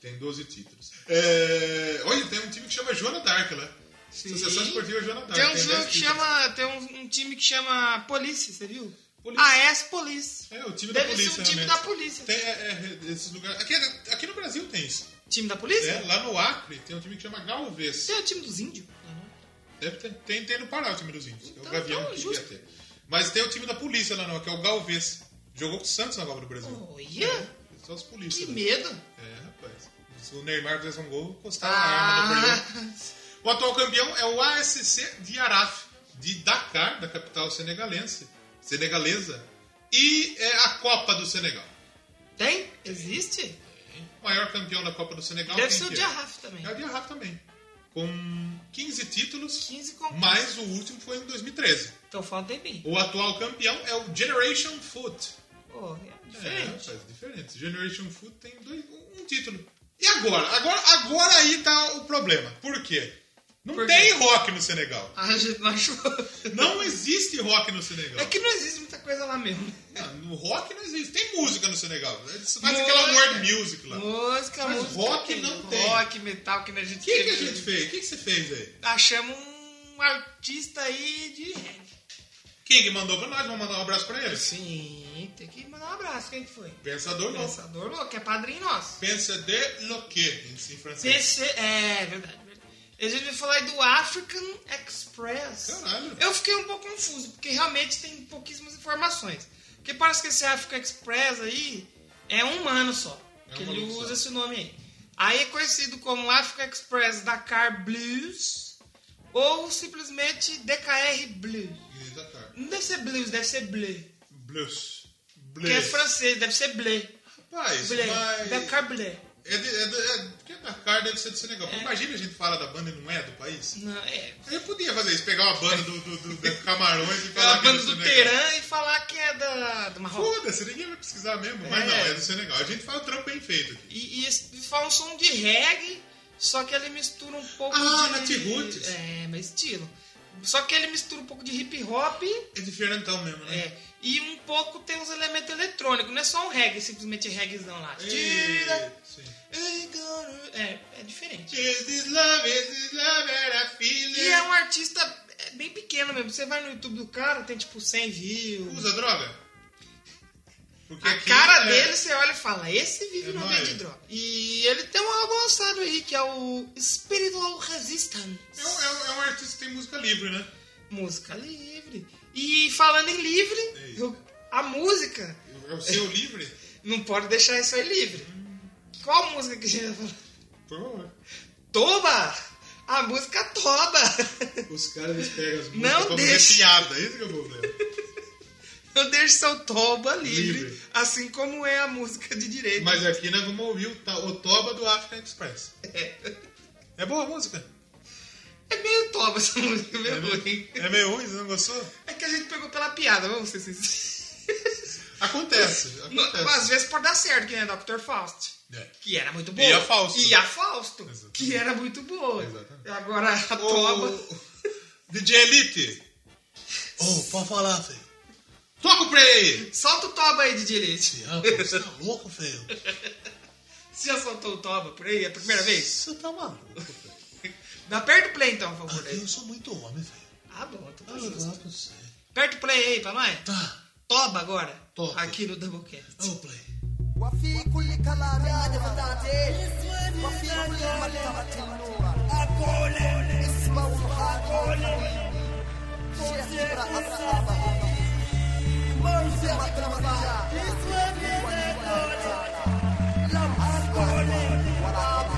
Tem 12 títulos. É, Olha, tem um time que chama Joana né? d'Arc lá.
Sim.
Associação Esportiva é Joana d'Arc.
Tem um
10
jogo que
títulos.
chama. Tem um, um time que chama Polícia, você viu?
Polícia.
AS Police.
É, o time da
Deve
polícia.
ser um time
realmente.
da polícia.
Tem é, é, esses lugares. Aqui, aqui no Brasil tem isso.
Time da polícia?
É, lá no Acre tem um time que chama Galvez.
Tem o time dos índios?
Deve ter, tem, tem no Pará o time dos índios. é
Então,
o Gavião
então,
que
justo.
devia ter. Mas tem o time da polícia lá no que é o Galvez. Jogou com o Santos na Copa do Brasil.
Olha,
É, só os
que
polícias. lá.
medo.
É, rapaz. Se o Neymar fizesse um gol, encostava a arma no
Ah,
perdão. O atual campeão é o ASC de Araf, de Dakar, da capital senegalense, senegalesa. E é a Copa do Senegal.
tem? Existe?
O maior campeão da Copa do Senegal.
Deve
quem
ser o
que é?
Diarraf também.
É o Diarraf também. Com 15 títulos,
15 conquistas.
mas o último foi em 2013.
Então falta tem bem.
O atual campeão é o Generation Foot.
Pô, é
É,
diferente.
faz diferença. Generation Food tem dois, um, um título. E agora? agora? Agora aí tá o problema. Por quê? Não
Por
tem
quê?
rock no Senegal.
Ah, A gente não achou.
Não existe rock no Senegal.
É que não existe muita coisa lá mesmo. né?
Não, É, no rock não existe. Tem música no Senegal. Eles fazem
Música.
aquela world music lá. O
Música,
Mas
música.
rock
tem.
não tem.
Rock, metal, que nem a gente
que, que a
teve.
gente fez? O que, que você fez aí?
Achamos um artista aí de reggae.
Quem que mandou pra nós? Vamos mandar um abraço pra eles.
Sim, tem que mandar um abraço. Quem que foi?
Pensador não. Pensa,
Pensador louco, é padrinho nosso.
de loquê em francês.
PC, é verdade, verdade. E A gente vai falar aí do African Express.
Caralho.
Eu fiquei um pouco confuso, porque realmente tem pouquíssimas informações. Porque parece que esse African Express aí é um humano só.
É um
que ele
maluco só.
usa esse nome aí. Aí é conhecido como African Express Dakar Blues ou simplesmente DKR Blues.
Guiné da Tarde.
Não deve ser blues, deve ser bleu.
Blues.
Porque é
Blues.
francês, deve ser bleu.
Rapaz,
Bleu.
mas...
Dakar Bleu.
É, de, é, de, é porque Dakar deve ser do Senegal.
É.
Imagina a gente fala da banda e não é do país.
Não, é.
Eu podia fazer isso, pegar uma banda do, do, do- do Camarões
É
e
a
falar que é
banda
do
do
Senegal.
Teherã e falar que é da, do Marrocos.
Foda-se, ninguém vai pesquisar mesmo. Mas
É.
não, é do Senegal. A gente fala o trampo bem feito aqui.
E, e esse- fala um som de reggae, só que ele mistura um pouco
Ah,
de...
Nat Roots.
É, mas estilo. Só que ele mistura um pouco de hip hop
É diferentão mesmo, né?
é, e um pouco tem uns elementos eletrônicos. Não é só um reggae, simplesmente reggaezão lá. Tira,
E- sim.
É, é diferente.
Is this love, is this love that I feel it?
E é um artista é, bem pequeno mesmo. Você vai no YouTube do cara, tem tipo 100 views.
Usa droga? Porque
A
aqui
cara
é-
dele, você olha e fala, esse vive
É
no
nóis.
meio de droga. E ele tem um álbum lançado aí, que é o Spiritual Resistance.
É um, é um- é um artista que tem música livre, né?
Música livre. E falando em livre,
Ei.
eu- a música,
É o seu livre?
não pode deixar isso aí livre. Qual música que a gente vai falar?
Por favor.
Toba! A música Toba!
Os caras pegam as
Não
músicas pra
deixa.
fazer piada. Isso que é o problema.
Eu deixo seu Toba livre,
Livre.
assim como é a música de direito.
Mas aqui nós vamos ouvir o, ta- o Toba do African Express. É boa a música.
É meio Toba essa música, meio ruim.
É meio ruim, você não gostou?
É que a gente pegou pela piada, vamos ser sinceros.
Acontece, acontece.
Mas às vezes pode dar certo, que nem a Dr. Faust.
É.
Que era muito boa.
E a Fausto.
E a Fausto.
Exatamente.
Que era muito boa.
Exatamente.
Agora a Toba.
O... DJ Elite,
Oh, pode falar, feio.
toca o play aí.
Solta o Toba aí de direito.
Esse rapaz, você tá louco, feio?
Você já soltou o Toba por aí? É a primeira vez?
Você tá maluco, feio.
Dá perto o play então, por favor.
Aqui
Aí.
eu sou muito homem, feio.
Ah, bom, então
Tá
tá justo.
legal pra você.
Aperta o play aí pra nós.
Tá,
Toba agora.
Toba.
Aqui no Doublecast.
é o play.
وفي كل كلام عدادي وفي كل مكتبة النور أقول اسمه أقول شيخ أصحابه مرزمة المرجع لم أقول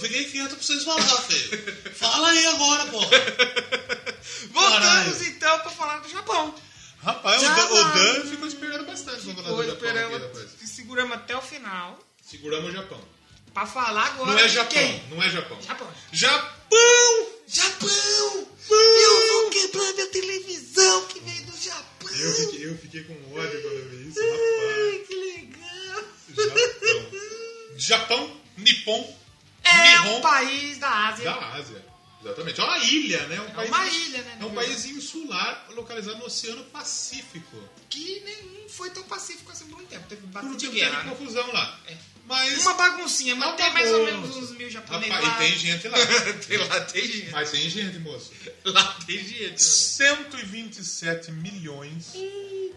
fiquei quieto pra vocês falar, feio. Fala aí agora, porra.
Voltamos
Caralho.
então pra falar do Japão.
Rapaz, o
Já
Dan, o
vai.
Dan ficou esperando bastante quando falar do
Depois
Japão
esperamos,
aqui, rapaz.
seguramos até o final
Seguramos o Japão.
pra falar agora.
Não é
de quem?
Japão, não é Japão.
Japão.
Japão!
Japão! Eu vou quebrar minha televisão que veio do Japão!
Eu fiquei, eu fiquei com ódio quando eu vi isso,
Ai,
rapaz.
que legal!
Japão. Japão, Nippon,
É
Nihon.
um país da Ásia.
da Ásia. Exatamente. É uma ilha, né? Um
É
país,
uma ilha, né?
É um país insular localizado no Oceano Pacífico.
que nenhum foi tão pacífico assim por um tempo. Teve
Por
bastante
que
guerra, né?
teve confusão lá.
É.
Mas.
Uma baguncinha, mas
uma
tem mais ou
bagunça.
menos uns mil japoneses
Rapaz,
lá.
e tem gente lá.
Tem lá, tem gente.
Mas tem gente, moço.
Lá tem gente.
127 milhões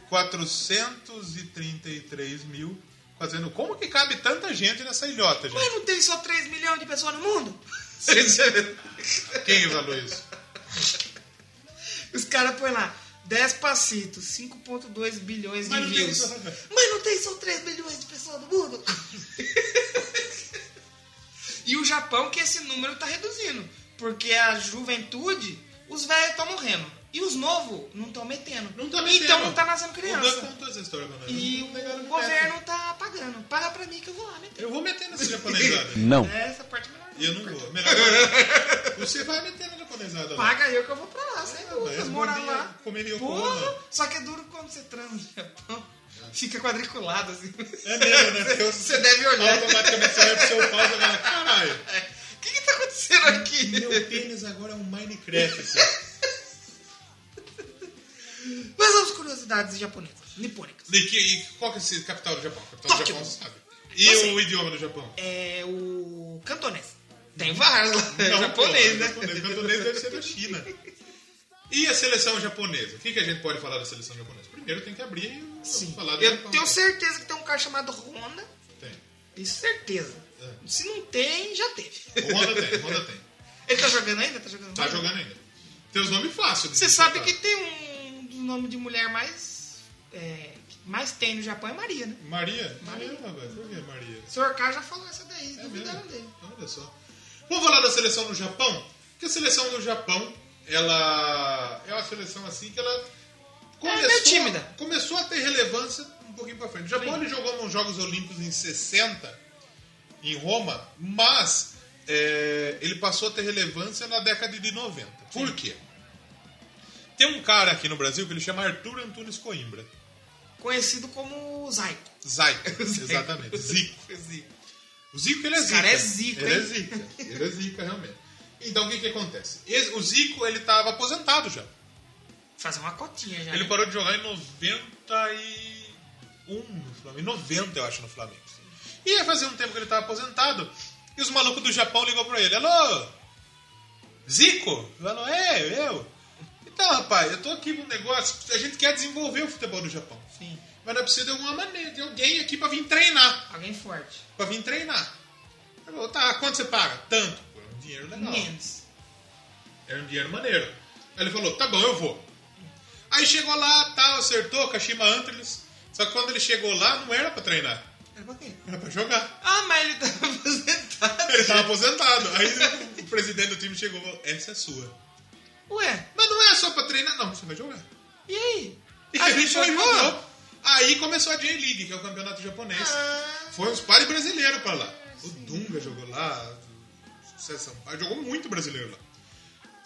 433 mil. Fazendo como que cabe tanta gente nessa ilhota, gente?
Mas não tem só 3 milhões de pessoas no mundo?
Quem falou isso?
Os caras põem lá, Despacito, 5.2 bilhões de
Mas não tem
views.
só-
Mas não tem só 3 bilhões de pessoas no mundo? e o Japão que esse número tá reduzindo. Porque a juventude, os velhos estão morrendo. E os novos não estão metendo.
Não tá
Então
mexendo.
não tá nascendo
O Dan
criança.
contou essa história pra nós.
E
Não pegaram
o
no
governo tá pagando. Paga pra mim que eu vou lá meter.
Eu vou meter nessa japonesada.
Não.
Essa parte é melhor.
Eu não vou. Melhor agora. Você vai meter na japonesada lá.
Paga eu que eu vou pra lá, sem dúvida.
É, mas
Morar
comer-
lá.
comer em Yokohama.
Porra! Só que é duro quando você transa no Japão. Fica quadriculado assim.
É mesmo, né? Porque eu-
Você deve olhar.
automaticamente você vai pro seu pau e vai falar, caralho,
O que, que tá acontecendo aqui?
meu pênis agora é um Minecraft. Assim.
Mas as curiosidades japonesas, nipônicas.
E, que, e qual que é esse capital do Japão? Capital
Tóquio.
do Japão, você sabe. E
Eu sei.
o idioma do Japão?
É o cantonês. Tem vários lá. É
Não,
japonês,
pô,
né?
Japonês. Japonês deve ser da China. E a seleção japonesa? O que, que a gente pode falar da seleção japonesa? Primeiro tem que abrir e
Sim.
falar do
Eu
Japão,
tenho
né?
certeza que tem um cara chamado Honda.
Tem.
Isso, certeza.
É.
Se não tem, já teve.
Honda tem, Honda tem.
Ele tá jogando ainda? Tá jogando?
Tá jogando ainda. Tem os nomes fáceis. de
Você sabe que
decifrar.
tem um dos nomes de mulher mais. é, que mais tem no Japão é Maria, né?
Maria?
Maria.
Maria, rapaz. Por que Maria?
O senhor K já falou essa daí,
É
duvidaram
mesmo?
dele.
Olha só. Vamos falar da seleção do Japão? Porque a seleção do Japão, ela é uma seleção assim que ela começou,
meio tímida.
começou a ter relevância um pouquinho pra frente. O Japão
Sim.
ele jogou nos Jogos Olímpicos em 60, em Roma, mas é, ele passou a ter relevância na década de 90. Por quê? Tem um cara aqui no Brasil que ele chama Arthur Antunes Coimbra.
Conhecido como Zaiko.
Zico, exatamente. Zico. O Zico ele é
Esse
zica.
cara é zica,
Ele é
hein?
zica. Ele é zica, realmente. Então o que que acontece? Esse- o Zico ele tava aposentado já.
Fazer uma cotinha já.
Ele
né?
parou de jogar em 91 no Flamengo. Em 90, eu acho, no Flamengo. E aí fazia um tempo que ele tava aposentado. E os malucos do Japão ligou pra ele. Alô? Zico? Falou, é, eu. Então, rapaz, eu tô aqui num negócio. A gente quer desenvolver o futebol do Japão.
Sim.
Mas nós precisamos de alguma maneira, de alguém aqui pra vir treinar
Alguém forte.
pra vir treinar. Ele falou, tá, quanto você paga? Tanto. Pô, era um dinheiro legal.
Menos.
Era um dinheiro maneiro. Aí ele falou, tá bom, eu vou. Aí chegou lá, tal, acertou, Kashima Antlers. Só que quando ele chegou lá, não era pra treinar.
Era pra quê?
Era pra jogar.
Ah, mas ele tá aposentado.
Ele tava aposentado. Aí o presidente do time chegou e falou, essa é sua.
Ué,
Mas não é só pra treinar, não. Você vai jogar.
e aí?
E
Aí
ele
foi
foi e
jogou.
jogou. Aí começou a J-League, que é o campeonato japonês.
Ah,
Foi uns pares brasileiros pra lá. O Dunga jogou lá, o César Sampaio jogou muito brasileiro lá.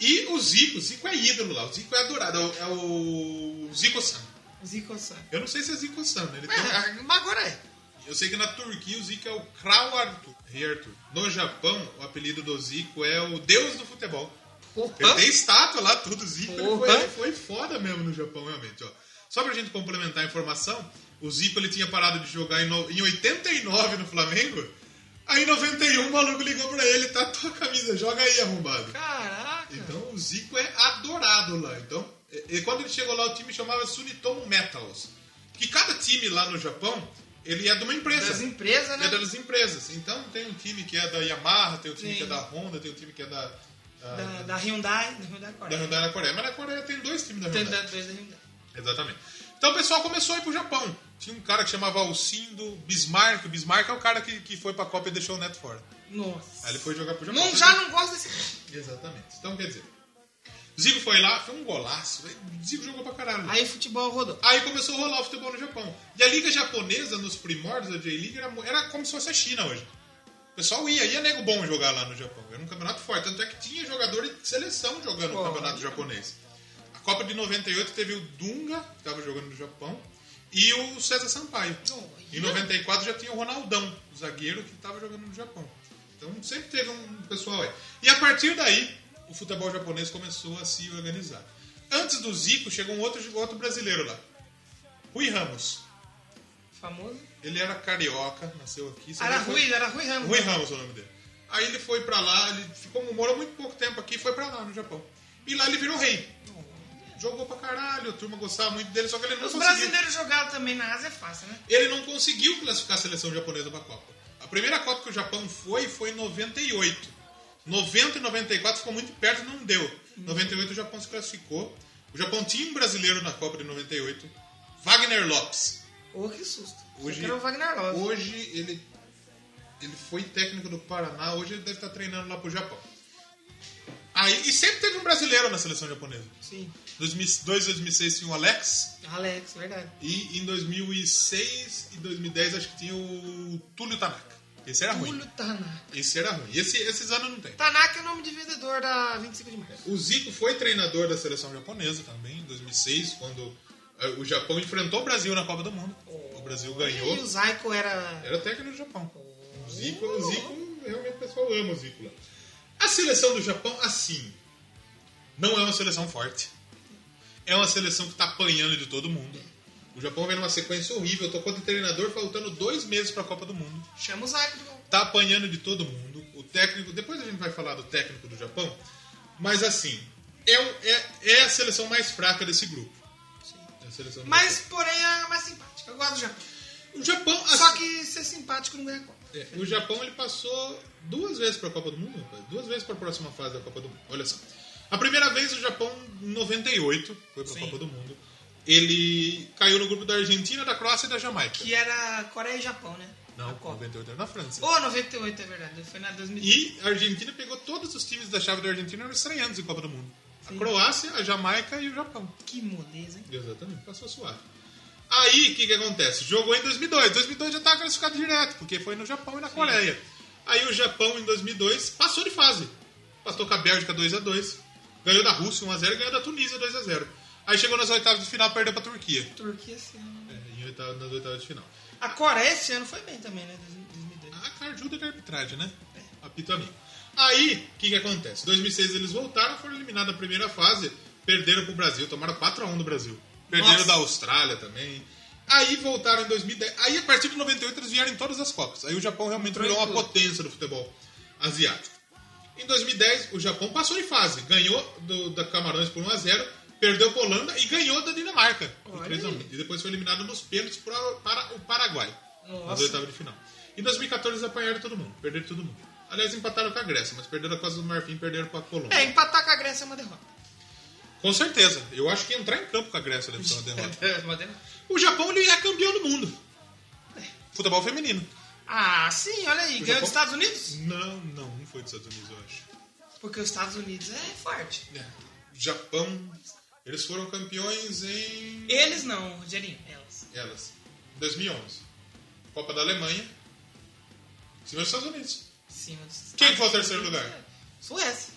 E o Zico, o Zico é ídolo lá, o Zico é adorado, é o, é o Zico San.
Zico-san.
Eu não sei se é Zico San, né? Ele tem um-
É, mas agora é.
Eu sei que na Turquia o Zico é o Kral Arthur. Rei Arthur. No Japão, o apelido do Zico é o Deus do futebol. Ele tem
Porra.
estátua lá, tudo Zico. Ele foi,
Porra.
ele foi foda mesmo no Japão, realmente. Ó. Só pra gente complementar a informação, o Zico ele tinha parado de jogar em, no- em 89 no Flamengo. Aí em 91 o maluco ligou pra ele, tá tua camisa, joga aí, arrombado.
Caraca.
Então o Zico é adorado lá. Então, e, e quando ele chegou lá, o time chamava Sumitomo Metals. Que cada time lá no Japão, ele é de uma empresa.
Das empresas, né?
É das empresas. Então tem um time que é da Yamaha, tem um time
Sim.
que é da Honda, tem um time que é da-
Da, da Hyundai. Da Hyundai
da
Coreia.
Hyundai na Coreia. Mas na Coreia tem dois times da
Tem
Hyundai.
da- dois da Hyundai.
Exatamente. Então o pessoal começou a ir pro Japão. Tinha um cara que chamava Alcindo Bismarck. Bismarck é o cara que, que foi pra Copa e deixou o Neto fora.
Nossa.
Aí ele foi jogar pro Japão.
Não, já não gosto desse.
Exatamente. Então, quer dizer, Zico foi lá, foi um golaço. velho. Zico jogou pra caralho.
Aí futebol rodou.
Aí começou a rolar o futebol no Japão. E a liga japonesa, nos primórdios da J-League, era, mu- era como se fosse a China hoje. O pessoal ia, ia nego bom jogar lá no Japão. Era um campeonato forte. Tanto é que tinha jogador de seleção jogando no
Pô,
campeonato japonês. A Copa de 98 teve o Dunga, que estava jogando no Japão, e o César Sampaio. Em 94 já tinha o Ronaldão, o zagueiro que estava jogando no Japão. Então sempre teve um pessoal aí. E a partir daí, o futebol japonês começou a se organizar. Antes do Zico, chegou um outro, outro brasileiro lá. Rui Ramos.
Famoso.
Ele era carioca, nasceu aqui. só
Era
que foi-
Rui, era Rui Ramos.
Rui Ramos é o nome dele. Aí ele foi pra lá, ele ficou, morou muito pouco tempo aqui e foi pra lá, no Japão. E lá ele virou rei. Jogou pra caralho, a turma gostava muito dele, só que ele não
Os
conseguiu.
brasileiros jogaram também na Ásia é fácil, né?
Ele não conseguiu classificar a seleção japonesa pra Copa. A primeira Copa que o Japão foi foi em 98. 90 e 94 ficou muito perto, não deu.
Uhum.
98 o Japão se classificou. O Japão tinha um brasileiro na Copa de 98, Wagner Lopes.
Ô, que susto.
Hoje-
Hoje... Era o Wagner Love.
Hoje ele, ele foi técnico do Paraná, hoje ele deve estar treinando lá pro Japão. Aí, e sempre teve um brasileiro na seleção japonesa.
Sim.
Em 2002, 2006 tinha o Alex,
Alex, verdade.
e em 2006 e 2010 acho que tinha o Túlio Tanaka. Esse era ruim.
Túlio Tanaka.
Esse era ruim. Esse, esses anos não tem.
Tanaka é o nome de vendedor da 25 de março.
O Zico foi treinador da seleção japonesa também, em 2006, quando eh, o Japão enfrentou o Brasil na Copa do Mundo. O Brasil ganhou.
E o Zaiko era.
Era técnico do Japão. O Zico, o Zico, realmente o pessoal ama o Zico lá. A seleção do Japão, assim, não é uma seleção forte. É uma seleção que tá apanhando de todo mundo. O Japão vem numa sequência horrível. Tocou de treinador faltando dois meses pra Copa do Mundo.
Chama o Zaiko de novo.
Tá apanhando de todo mundo. O técnico, depois a gente vai falar do técnico do Japão. Mas assim, é, o- é, é a seleção mais fraca desse grupo. É a seleção do
Mas, porém, é a mais simpática. Eu gosto do Japão.
Japão. o Japão,
Só que ser simpático não ganha Copa.
É, o Japão ele passou duas vezes para a Copa do Mundo, rapaz. duas vezes para a próxima fase da Copa do Mundo. Olha só. A primeira vez o Japão em 98 foi para a Copa do Mundo. Ele caiu no grupo da Argentina, da Croácia e da Jamaica.
Que era Coreia e Japão, né?
Não,
A Copa.
98 era na França.
Ô, 98 é verdade. Foi na 2000.
E a Argentina pegou todos os times da chave da Argentina eram estranhos em Copa do Mundo. A Croácia, a Jamaica e o Japão.
Que moleza, hein?
Exatamente, passou suave. Aí, o que, que acontece? Jogou em 2002. 2002 já estava classificado direto, porque foi no Japão e na Coreia. Aí o Japão, em 2002, passou de fase. Passou com a Bélgica 2x2. Ganhou da Rússia 1x0 ganhou da Tunísia 2x0. Aí chegou nas oitavas de final, perdeu pra Turquia.
Turquia esse ano.
É, em oitava- nas oitavas de final.
A Coreia esse ano foi bem também, né? 2002.
A cara ajuda Ah, da arbitragem, né? Apito amigo. Aí, o que, que acontece? Em 2006 eles voltaram, foram eliminados na primeira fase, perderam pro Brasil, tomaram 4x1 do Brasil. Perderam
Nossa.
da Austrália também. Aí voltaram em 2010. Aí, a partir de 98, eles vieram em todas as Copas. Aí o Japão realmente virou uma potência do futebol asiático. Em 2010, o Japão passou de fase. Ganhou do- da Camarões por 1x0, perdeu pra Holanda e ganhou da Dinamarca. por
Olha
3 a 1.
aí.
E depois foi eliminado nos pênaltis pra- para o Paraguai. Nas
Nossa.
oitavas de final. Em 2014 eles apanharam todo mundo, perderam todo mundo. Aliás, empataram com a Grécia, mas perderam a Costa do Marfim, perderam com a Colômbia.
É, empatar com a Grécia é uma derrota.
Com certeza. Eu acho que entrar em campo com a Grécia deve ser uma derrota.
É uma derrota.
o Japão ele é campeão do mundo.
É.
Futebol feminino.
Ah, sim, olha aí. Ganhou
Japão?
dos Estados Unidos?
Não, não, não foi dos Estados Unidos, eu acho.
Porque os Estados Unidos é forte.
É. Japão. Eles foram campeões em.
Eles não, Rogerinho. Elas.
Elas. 2011. Copa da Alemanha. Em cima dos Estados Unidos.
Sim, mas-
Quem foi o terceiro lugar?
É, Suécia.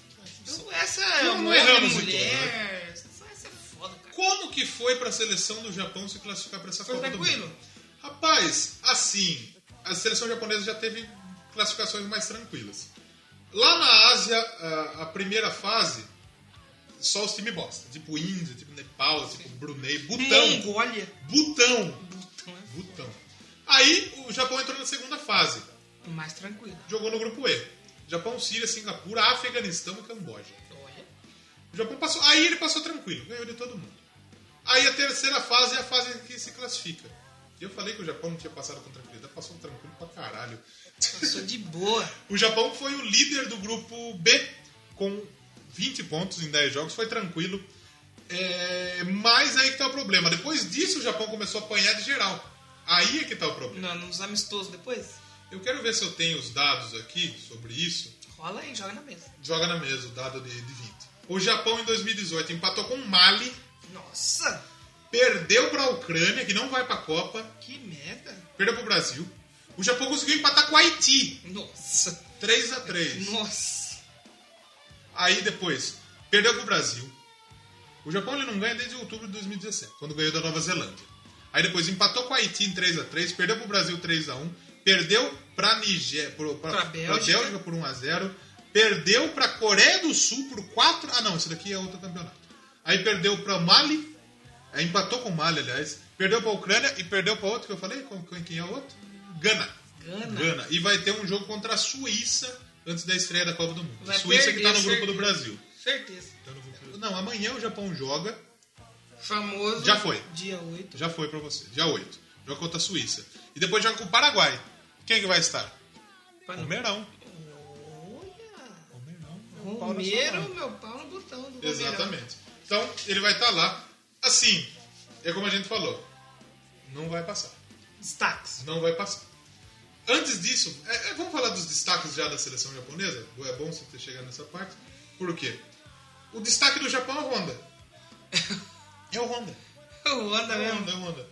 Suécia é
Não,
um
não
homem,
erramos então, né? em
mulher. Suécia é foda, cara.
Como que foi pra seleção do Japão se classificar pra essa
Foi
Copa do Mundo?
tranquilo?
Rapaz, assim, a seleção japonesa já teve classificações mais tranquilas. Lá na Ásia, a, a primeira fase, só os times bosta. Tipo Índia, tipo Nepal, tipo Brunei, Butão.
Mongólia.
Butão.
Butão é
Butão. Aí o Japão entrou na segunda fase.
mais tranquilo.
Jogou no grupo E. Japão, Síria, Singapura, Afeganistão e Camboja.
Olha.
O Japão passou. Aí ele passou tranquilo, ganhou de todo mundo. Aí a terceira fase é a fase que se classifica. Eu falei que o Japão não tinha passado com tranquilidade, passou tranquilo pra caralho.
Passou de boa.
O Japão foi o líder do grupo B, com 20 pontos em 10 jogos, foi tranquilo. É, mas aí que tá o problema. Depois disso, o Japão começou a apanhar de geral. Aí é que tá o problema.
Não, nos amistosos depois?
Eu quero ver se eu tenho os dados aqui sobre isso.
Rola aí, joga na mesa.
Joga na mesa o dado de, de 20. O Japão em 2018 empatou com o Mali,
Nossa,
perdeu pra Ucrânia, que não vai pra Copa,
que merda.
perdeu pro Brasil. O Japão conseguiu empatar com o Haiti,
Nossa,
3 a 3
nossa.
Aí depois, perdeu pro Brasil. O Japão ele não ganha desde outubro de 2017, quando ganhou da Nova Zelândia. Aí depois empatou com o Haiti em 3x3, perdeu pro Brasil 3x1, perdeu pra, Nigé, pro, pra,
Pra
pra
Bélgica.
Bélgica. por 1x0, perdeu pra Coreia do Sul por 4 Ah não, esse daqui é outro campeonato. Aí perdeu pra Mali, aí É, empatou com o Mali, aliás, perdeu pra Ucrânia e perdeu pra outro que eu falei, com, com quem é o outro? Gana.
Gana.
Gana. E vai ter um jogo contra a Suíça antes da estreia da Copa do Mundo.
Vai
Suíça que tá
perder,
no grupo do
certeza.
Brasil.
Certeza.
Não, amanhã o Japão joga.
Famoso.
Já foi.
Dia 8.
Já foi pra você. Dia 8. Joga contra a Suíça. E depois joga com o Paraguai. Quem que vai estar? Palmeirão.
Olha. Romero, é meu pau no botão do Romero.
Exatamente. Então, ele vai estar lá. Assim, é como a gente falou. Não vai passar.
Destaques.
Não vai passar. Antes disso, é- é, vamos falar dos destaques já da seleção japonesa? É bom você ter chegado nessa parte. Por quê? O destaque do Japão é o Honda. É o Honda.
O Wanda
É o
mesmo.
Honda, é o Honda.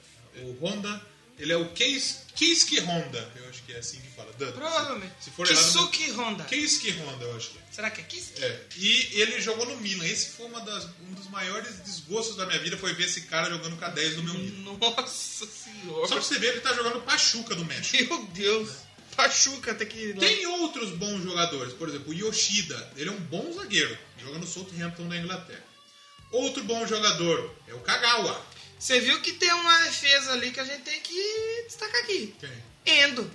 O Honda, ele é o Keis- Keisuke Honda. Eu acho que é assim que fala. Dan,
Provavelmente.
Se for errado... né?
Kisuki Honda.
Keisuke Honda, eu acho que é.
Será que é Kisuki?
É, e ele jogou no Milan. Esse foi uma das- um dos maiores desgostos da minha vida, foi ver esse cara jogando com a 10
Hum.
no meu Milan.
Nossa senhora.
Só pra você ver, ele tá jogando Pachuca do México.
Meu Deus. Pachuca tem que ir lá.
Tem outros bons jogadores, por exemplo, o Yoshida, ele é um bom zagueiro, joga no Southampton da Inglaterra. Outro bom jogador é o Kagawa.
Você viu que tem uma defesa ali que a gente tem que destacar aqui.
Quem?
Endo.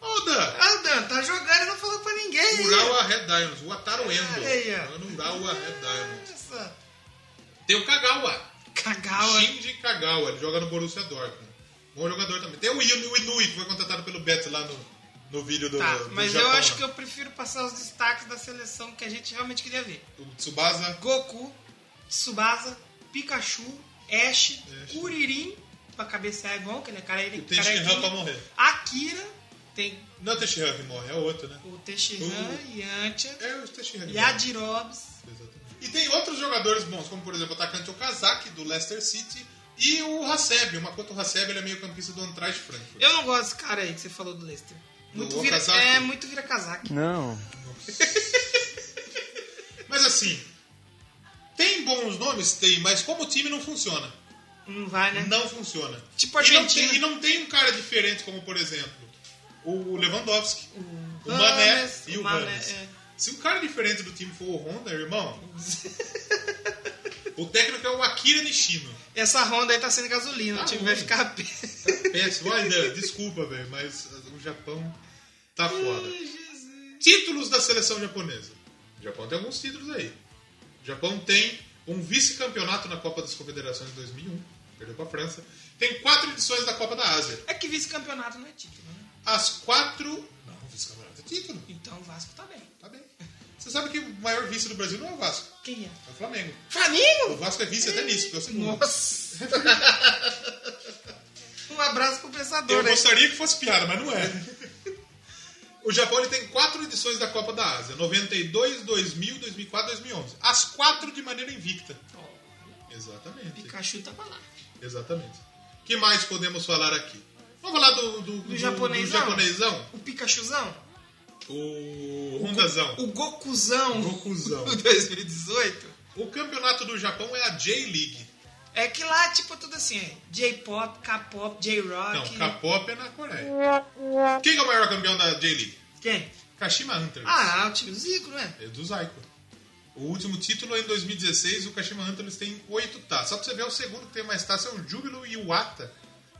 Oda!
Ah, o Dan, tá jogando e não falou pra ninguém. hein?
Urawa Red Diamonds, o Ataru Endo.
Olha aí, ó.
Jogando Urawa Red Diamonds.
Nossa.
Tem o Kagawa,
Kagawa.
Shinji Kagawa, ele joga no Borussia Dortmund. Bom jogador também. Tem o Inu, o Inui, que foi contratado pelo Betis lá no, no vídeo do,
Tá,
do
mas
Japão.
eu acho que eu prefiro passar os destaques da seleção que a gente realmente queria ver.
O Tsubasa,
Goku, Tsubasa, Pikachu, Ash,
Ash. né?
Kuririn, pra cabecear é bom, que ele é cara ele
o Tenshinhan tá pra morrer.
Akira, tem
Não é o Tenshinhan que morre, é o outro, né?
o Tenshinhan, Yantia,
É o Tenshinhan que morre.
Yadirobs.
Exatamente. E tem outros jogadores bons, como por exemplo o atacante Okazaki do Leicester City e o Haseb. O Makoto Haseb ele é meio campista do Antrais Frankfurt.
Eu não gosto desse cara aí que você falou do Leicester. Muito
Do
vira,
Okazaki?
é, muito vira casaca.
Mas assim, tem bons nomes? Tem, mas como o time não funciona.
Não vai, né?
Não funciona.
Tipo
e não,
Argentina.
tem, e não tem um cara diferente, como por exemplo o Lewandowski, o, Mané
James,
e o,
o Mané,
James.
é.
Se um cara diferente do time for o Honda, irmão, o técnico é o Akira Nishino.
Essa Honda aí tá sendo gasolina, o
Tá
time
ruim.
vai ficar pé.
Péssimo. Olha, né? desculpa, velho, mas o Japão tá foda. Títulos da seleção japonesa. O Japão tem alguns títulos aí. O Japão tem um vice-campeonato na Copa das Confederações de 2001. Perdeu pra França. Tem quatro edições da Copa da Ásia.
É que vice-campeonato não é título, né?
As quatro... Não, vice-campeonato é título.
Então o Vasco tá bem.
Tá bem. Você sabe que o maior vice do Brasil não é o Vasco,
Quem é?
é o Flamengo. O
Flamengo?
Vasco é vice até nisso, porque é o segundo.
Nossa! um abraço pro
Eu
pensador, né?
gostaria que fosse piada, mas não é. O Japão ele tem quatro edições da Copa da Ásia: 92, 2000, 2004, 2011. As quatro de maneira invicta. Exatamente.
Pikachu tava lá.
Exatamente. que mais podemos falar aqui? Vamos falar do, do, do-
japonesão.
do japonesão?
O Pikachuzão?
O Rondazão.
O Gokuzão?
Gokuzão.
Do 2018?
O campeonato do Japão é a J-League.
É que lá, tipo, tudo assim, é J-pop, K-pop,
Não,
J-rock.
K-pop é na Coreia. Quem que é o maior campeão da J-League?
Quem?
Kashima Antlers.
Ah, o time do Zico, não é?
É do Zaiko. O último título é em 2016, o Kashima Antlers tem oito taças. Só pra você ver, o segundo que tem mais taças é o Júbilo Iwata.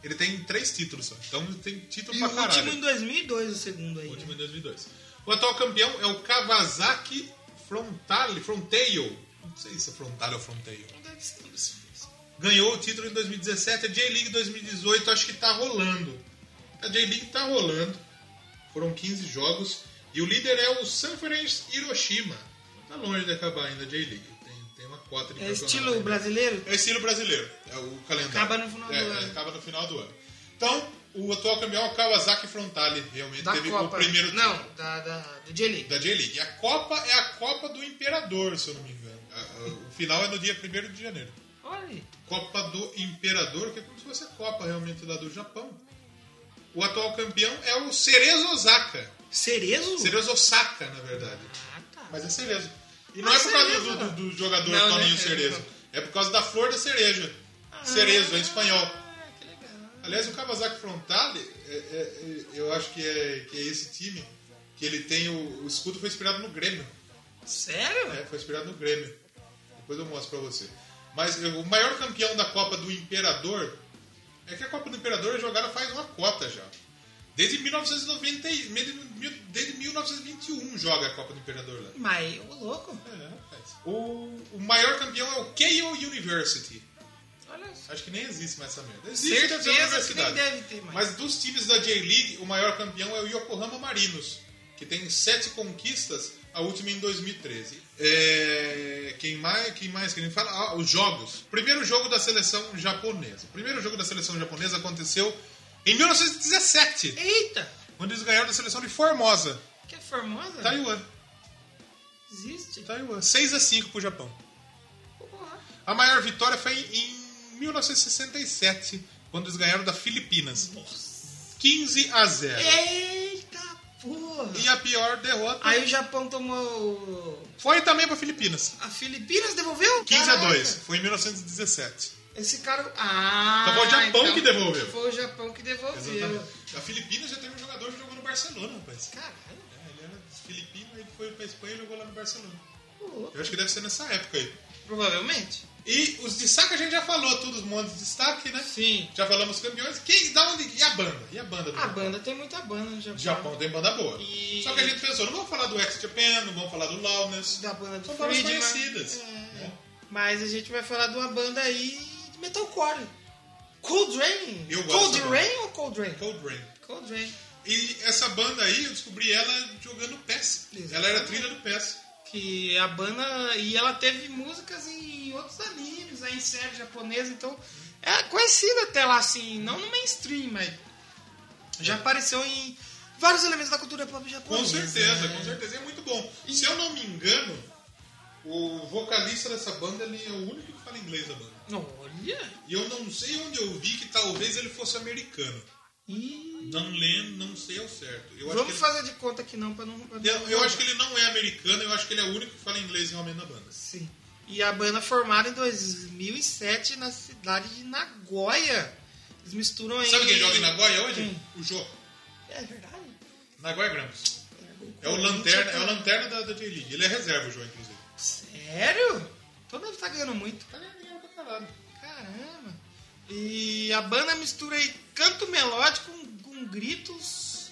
Ele tem três títulos só. Então tem título
E o
pra caralho.
último em 2002, o segundo aí.
O último em 2002. O atual campeão é o Kawasaki Frontale, Fronteio. Não sei se é Frontale ou Fronteio.
Deve ser assim. isso.
Ganhou o título em 2017, a J-League 2018 acho que tá rolando. A J-League tá rolando. Foram 15 jogos e o líder é o Sanference Hiroshima. Tá longe de acabar ainda a J-League. Tem, tem uma cota de
É
campeonato
estilo
ainda.
brasileiro?
É estilo brasileiro. É o calendário.
Acaba no final
É,
do
é,
ano.
Acaba no final do ano. Então, O atual campeão é o Kawasaki Frontale, realmente.
Da
teve
Copa. né?
o primeiro título
Não, da, da, do J-League.
da J-League. A Copa é a Copa do Imperador, se eu não me engano. A- a- O final é no dia 1 de janeiro.
Olha aí.
Copa do Imperador, que é como se fosse a Copa realmente lá do Japão. O atual campeão é o Cerezo Osaka.
Cerezo?
Cerezo Osaka, na verdade.
Ah, tá.
Mas é cerezo. E
Ah,
não é por causa
cerezo,
do,
não.
do- do jogador
Não, Ah.
Toninho
né?
Cerezo. É por causa da flor da cereja. Cerezo, em espanhol.
Ah, que legal.
Aliás, o Kawasaki Frontale, é- é- é- eu acho que é, que é esse time, que ele tem o, o escudo foi inspirado no Grêmio.
Sério?
É, foi inspirado no Grêmio. Depois eu mostro pra você. Mas eu- o maior campeão da Copa do Imperador é que a Copa do Imperador é jogada faz uma cota já. Desde 1990, e- mil- desde 1921 joga a Copa do Imperador lá.
Mas, ô louco.
É, rapaz. O, o maior campeão é o Keio University.
Olha só.
Acho que nem existe mais essa merda. Existe deve ser uma
Certeza que nem
universidade.
deve ter mais.
Mas dos times da J-League, o maior campeão é o Yokohama Marinos, que tem sete conquistas, a última em 2013. É, Quem mais? Quem mais? Quem fala? Ah, os jogos. Primeiro jogo da seleção japonesa. O primeiro jogo da seleção japonesa aconteceu em 1917,
Eita!
quando eles ganharam da seleção de Formosa,
Que é formosa?
Taiwan. um-
Existe.
Taiwan. 6 a 5 pro Japão.
Porra.
A maior vitória foi em 1967, quando eles ganharam da Filipinas. 15 a 0.
Eita porra!
E a pior derrota
Aí o Japão tomou.
foi também para Filipinas.
A Filipinas devolveu?
15 a
Caraca.
2. Foi em 1917.
Esse cara. Ah!
Então foi o Japão que devolveu.
Foi o Japão que devolveu.
A Filipinas já teve um jogador que jogou no Barcelona, rapaz.
Caralho,
É, ele era filipino, ele foi pra Espanha e jogou lá no Barcelona.
ô louco.
Eu acho que deve ser nessa época aí.
Provavelmente.
E os destaques a gente já falou, todos os montes de destaque, né?
Sim.
Já falamos campeões. Quem, da onde, e a banda? E a banda do
A banda tem muita banda no Japão.
Japão tem banda boa.
E-
Só que a gente pensou, não vamos falar do X Japan, não vamos falar do Loudness.
Da banda do
São bandas
Friedman.
conhecidas. né?
É. Mas a gente vai falar de uma banda aí de metalcore. Cold Rain.
Eu gosto
Cold
da banda.
Rain ou Cold Rain?
Cold Rain.
Cold Rain.
E essa banda aí, eu descobri ela jogando PES.
Exatamente.
Ela era trilha do PES.
Que a banda. E ela teve músicas em outros animes, aí em série japonesa, então. É conhecida até lá, assim, não no mainstream, mas. Já apareceu em vários elementos da cultura pop
Com
japonesa.
certeza,
né?
com certeza. É muito bom. Se eu não me engano, o vocalista dessa banda ele é o único que fala inglês da banda.
Olha!
E eu não sei onde eu vi que talvez ele fosse americano.
E...
Não lembro, não sei ao certo. Eu acho
Vamos
que ele-
fazer de conta que não, pra não. pra não-
Eu, eu acho que ele não é americano, eu acho que ele é o único que fala inglês realmente na banda.
Sim. E a banda formada em 2007 na cidade de Nagoya. Eles misturam aí.
Sabe quem joga em Nagoya hoje?
Quem?
O Jô.
É verdade?
Nagoya Grampus. É o lanterna, é o lanterna da, da J-League. Ele é reserva, o Jô, inclusive.
Sério? Então deve estar ganhando muito.
Tá ganhando dinheiro pra caralho.
Caramba! E a banda mistura aí canto melódico com, com gritos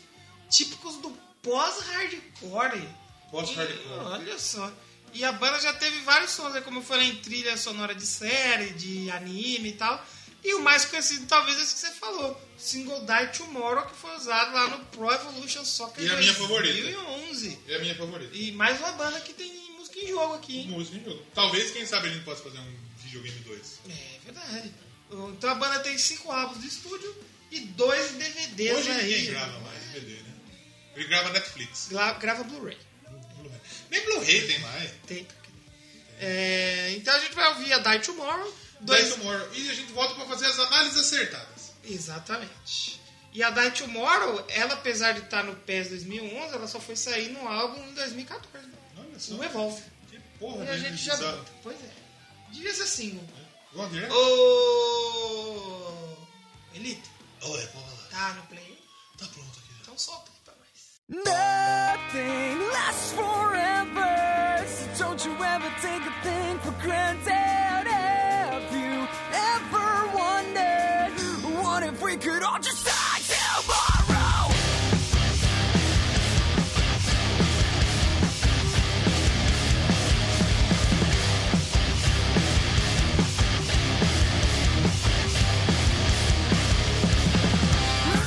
típicos do pós-hardcore.
Pós-hardcore.
E, Olha só. E a banda já teve vários sons, né? como eu falei, em trilha sonora de série, de anime e tal. E o mais conhecido talvez é esse que você falou, Single Die Tomorrow, que foi usado lá no Pro Evolution Soccer
E a minha favorita.
2011.
É a minha favorita.
E mais uma banda que tem música em jogo aqui, hein?
Música em jogo. Talvez, quem sabe, a gente possa fazer um videogame 2.
É verdade. Então a banda tem cinco álbuns de estúdio e dois DVDs
Hoje
aí.
ninguém grava mais DVD, né? Ele grava Netflix.
Gra- Grava Blu-ray.
Blu-ray. Nem Blu-ray tem mais.
Tem. tá É, então a gente vai ouvir a Die Tomorrow. Dois...
Dois... Tomorrow. E a gente volta pra fazer as análises acertadas.
Exatamente. E a Die Tomorrow, ela apesar de estar no PES 2011, ela só foi sair no álbum em 2014.
Olha só.
O Um Evolve.
Que porra, né?
E a gente já...
bizarro.
Pois é. Devia ser single.
Vamos ver?
Ô... Elite,
Olha, vamos lá.
tá no play?
Tá pronto aqui.
Então solta aí pra nós.
Nothing lasts forever, so don't you ever take a thing for granted. Have you ever wondered what if we could all just die tomorrow?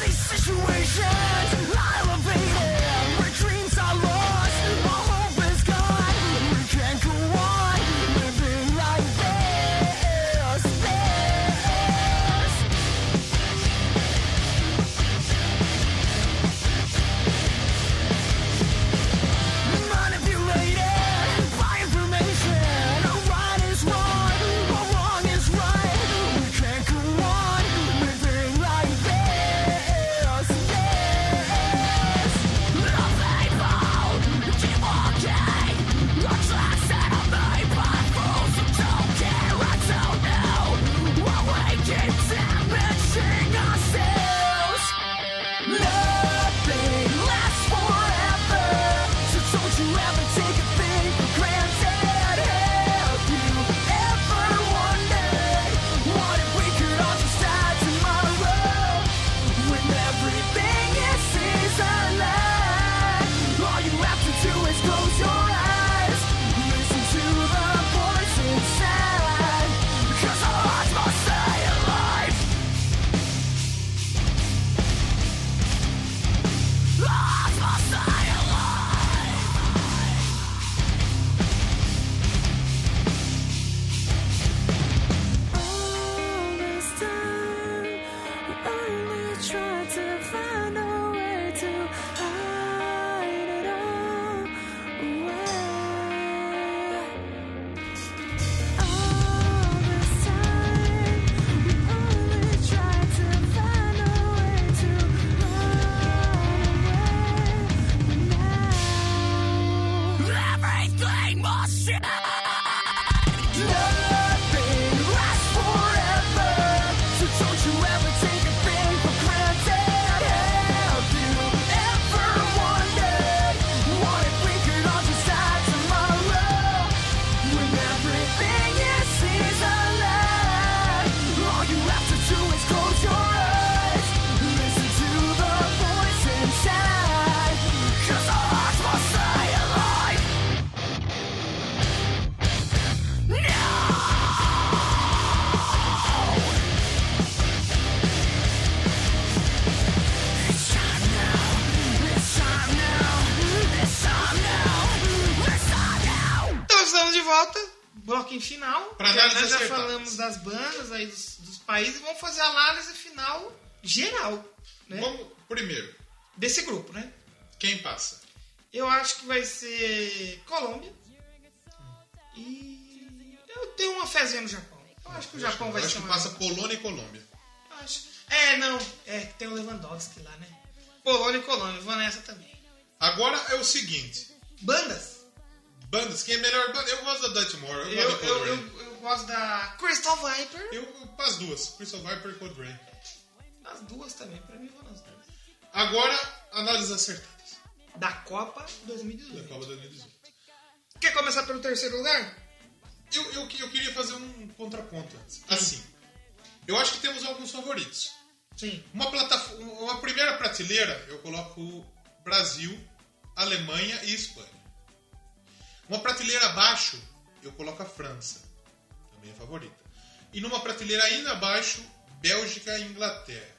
These situations elevated, where dreams are lost, all hope is gone. We can't go on living like this.
bloquinho final.
Pra
que nós
análise
já
acertada.
falamos das bandas, aí dos, dos países, e vamos fazer a análise final geral né?
Vamos, primeiro,
desse grupo, né?
quem passa?
Eu acho que vai ser Colômbia. E eu tenho uma fezinha no Japão. Eu acho que o Japão vai
Eu
ser
acho que
uma...
passa Polônia e Colômbia.
Eu acho- É, não. É, que tem o Lewandowski lá, né? Polônia e Colômbia. Vou nessa também.
Agora é o seguinte.
Bandas.
Bandas, quem é melhor banda? Eu gosto da Dutch Moore, eu,
Eu,
gosto da
eu,
Cold Rain.
eu, eu gosto da Crystal Viper.
Eu, as duas, Crystal Viper e Cold Rain.
As duas também, pra mim foram as duas.
Agora, análises acertadas
Da Copa
da
2018.
Copa 2018.
Quer começar pelo terceiro lugar?
Eu, eu, eu queria fazer um contraponto antes. Assim, eu acho que temos alguns favoritos.
Sim.
Uma, plataf- uma primeira prateleira, eu coloco Brasil, Alemanha e Espanha. Uma prateleira abaixo, eu coloco a França, também a favorita. E numa prateleira ainda abaixo, Bélgica e Inglaterra.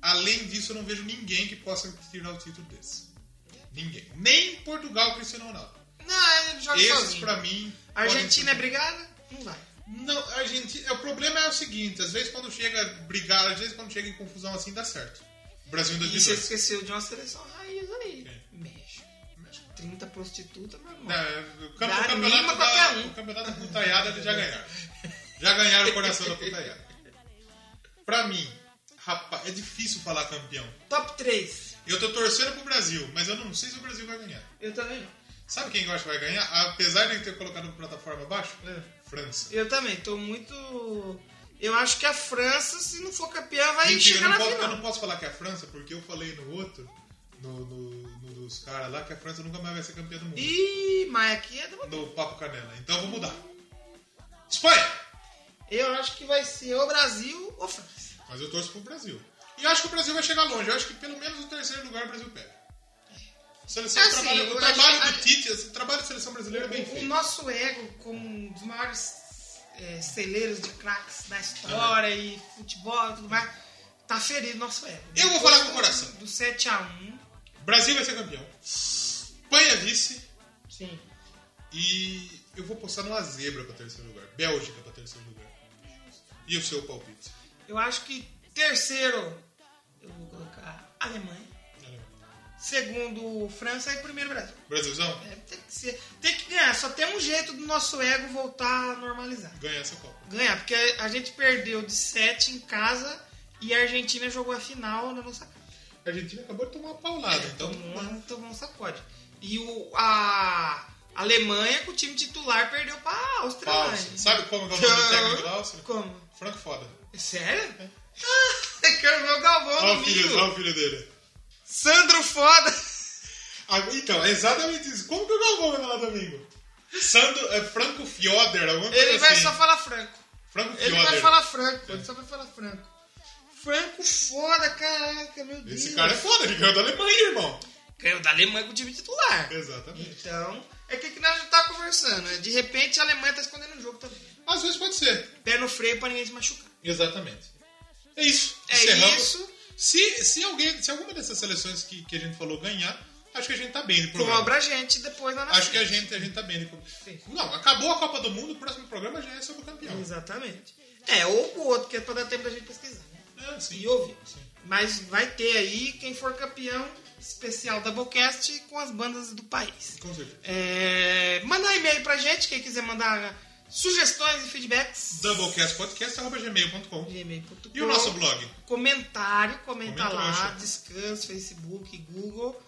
Além disso, eu não vejo ninguém que possa tirar o título desse. Ninguém. Nem Portugal, Cristiano Ronaldo.
Não, ele joga
Esses,
sozinho.
pra mim.
A Argentina é
podem-
brigada? Não vai.
Não, a Argentina. O problema é o seguinte: às vezes quando chega a brigar, às vezes quando chega em confusão assim, dá certo. O Brasil em
E você
2002.
esqueceu de uma seleção raiz aí.
É.
México. 30 prostitutas, meu irmão.
É, o, campe-
Dá
o
anima
campeonato
qualquer
da,
um.
o campeonato da putaiada eles já ganharam. Já ganharam o coração da putaiada. Pra mim, rapaz, é difícil falar campeão.
Top 3.
Eu tô torcendo pro Brasil, mas eu não sei se o Brasil vai ganhar.
Eu também não.
Sabe quem eu acho que vai ganhar? Apesar de ter colocado uma plataforma abaixo?
É.
França.
Eu também, tô muito. Eu acho que a França, se não for campeã, vai
Mentira, eu
chegar
não,
na
posso, eu
final.
não posso falar que é a França, porque eu falei no outro, no, no- no dos caras lá, que a França nunca mais vai ser campeã do mundo.
Ih, mas aqui é. do-
No Papo Canela. Então eu vou mudar. Espanha!
Eu acho que vai ser ou Brasil ou França.
Mas eu torço pro Brasil. E eu acho que o Brasil vai chegar longe. Eu acho que pelo menos o terceiro lugar o Brasil pega. A Seleção
É assim,
trabalha,
eu
o trabalho
acho-
do Tite, o trabalho da seleção brasileira é bem
O
feito.
nosso ego, como um dos maiores é, celeiros de craques da história e futebol e tudo mais, tá ferido o nosso ego.
Eu vou falar com o coração.
Do 7x1.
O Brasil vai ser campeão. Espanha vice.
Sim.
E eu vou postar numa zebra pra terceiro lugar. Bélgica pra terceiro lugar. E o seu palpite?
Eu acho que terceiro eu vou colocar Alemanha. Segundo França e primeiro Brasil.
Brasilzão,
É, tem que ser. Tem que ganhar. Só tem um jeito do nosso ego voltar a normalizar.
ganha essa Copa.
Ganhar, porque a gente perdeu de 7 em casa e a Argentina jogou a final na nossa casa.
A Argentina acabou de tomar uma paulada, então.
É, Tomou, tomou um sacode. E o, a Alemanha, com o time titular, perdeu pra Áustria. né?
Pausa. Sabe como é que é o nome do técnico da Áustria?
Como? É
Franco é Foda.
Sério? Ah, quero ver o Galvão
Olha
no
o filho,
milho.
olha o filho dele.
Sandro foda.
Ah, Então, é exatamente isso. Como que o Galvão vai falar domingo? Sandro, é Franco Fioder, alguma coisa
Ele vai
assim. É.
só falar franco.
Franco
Ele
Fioder.
vai falar franco. Ele só vai falar franco. Franco foda, caraca, meu Deus.
Esse cara é foda, ele ganhou da Alemanha, irmão.
Ganhou da Alemanha com o time titular.
Exatamente.
Então, é que, que nós já tá conversando. né? De repente a Alemanha tá escondendo o jogo também.
Às vezes pode ser.
Pé no freio pra ninguém se machucar.
Exatamente. É isso.
É
Encerramos.
isso.
Se, se, alguém, se alguma dessas seleções que, que a gente falou ganhar, acho que a gente tá bem no programa.
Cobra a gente depois lá na
Acho que
frente.
a gente, a gente tá bem no programa. Não, acabou a Copa do Mundo, o próximo programa já é sobre o campeão.
Exatamente. É, ou o outro, que é pra dar tempo da gente pesquisar. né?
É, sim.
E ouvir.
Sim.
Mas vai ter aí quem for campeão especial da Bocast com as bandas do país.
Com certeza.
É, mandar e-mail pra gente, quem quiser mandar sugestões e feedbacks.
Doublecastpodcast.gmail.com
gmail.com.
E o nosso blog?
Comentário, comenta,
Comenta
lá,
lá, chefe.
descanso, Facebook, Google,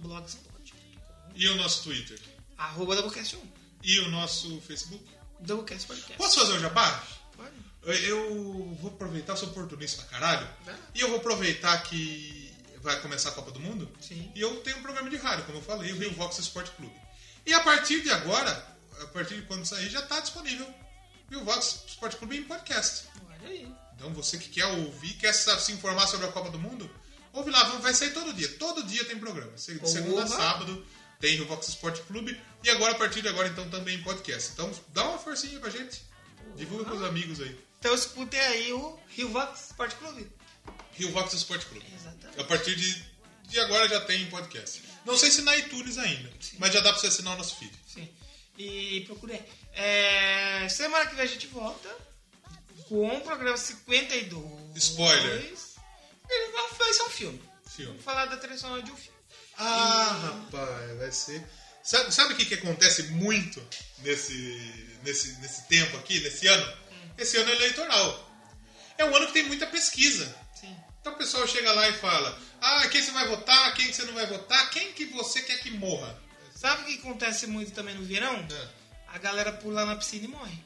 doublecastpodcast.blogspot.com
E o nosso Twitter?
arroba doublecast1
E o nosso Facebook?
doublecast podcast
Posso fazer um jabá?
Pode?
Eu vou aproveitar, eu sou oportunista pra caralho.
Vai.
E eu vou aproveitar que vai começar a Copa do Mundo.
Sim.
E eu tenho um programa de rádio, como eu falei, o Rio Vox Esporte Clube. E a partir de agora, a partir de quando sair, já tá disponível. Rio Vox Esporte Clube em podcast.
olha aí
Então você que quer ouvir, quer sa- se informar sobre a Copa do Mundo, ouve lá, vai sair todo dia. Todo dia tem programa. Se- De segunda a
Oba!
sábado tem o Vox Esporte Clube. E agora, a partir de agora, então, também em podcast. Então dá uma forcinha pra gente. Divulga com os amigos aí.
então escutem aí o Rio Vox Sport Clube
Rio Vox Esporte Clube.
Exatamente.
A partir de, de agora já tem em podcast. Não sei se na iTunes ainda, mas já dá pra você assinar o nosso feed.
sim E procurei. É, semana que vem a gente volta com o programa 52.
Spoiler.
Ele vai, vai ser um filme.
Filme.
Vamos falar da trilha sonora de um filme.
Ah, rapaz, vai ser. Sabe, sabe o que, que acontece muito nesse, nesse, nesse tempo aqui, nesse ano? Esse ano é eleitoral. É um ano que tem muita pesquisa.
Sim.
Então o pessoal chega lá e fala: Ah, quem você vai votar, quem que você não vai votar, quem que você quer que morra?
Sabe o que acontece muito também no verão?
É.
A galera pula na piscina e morre.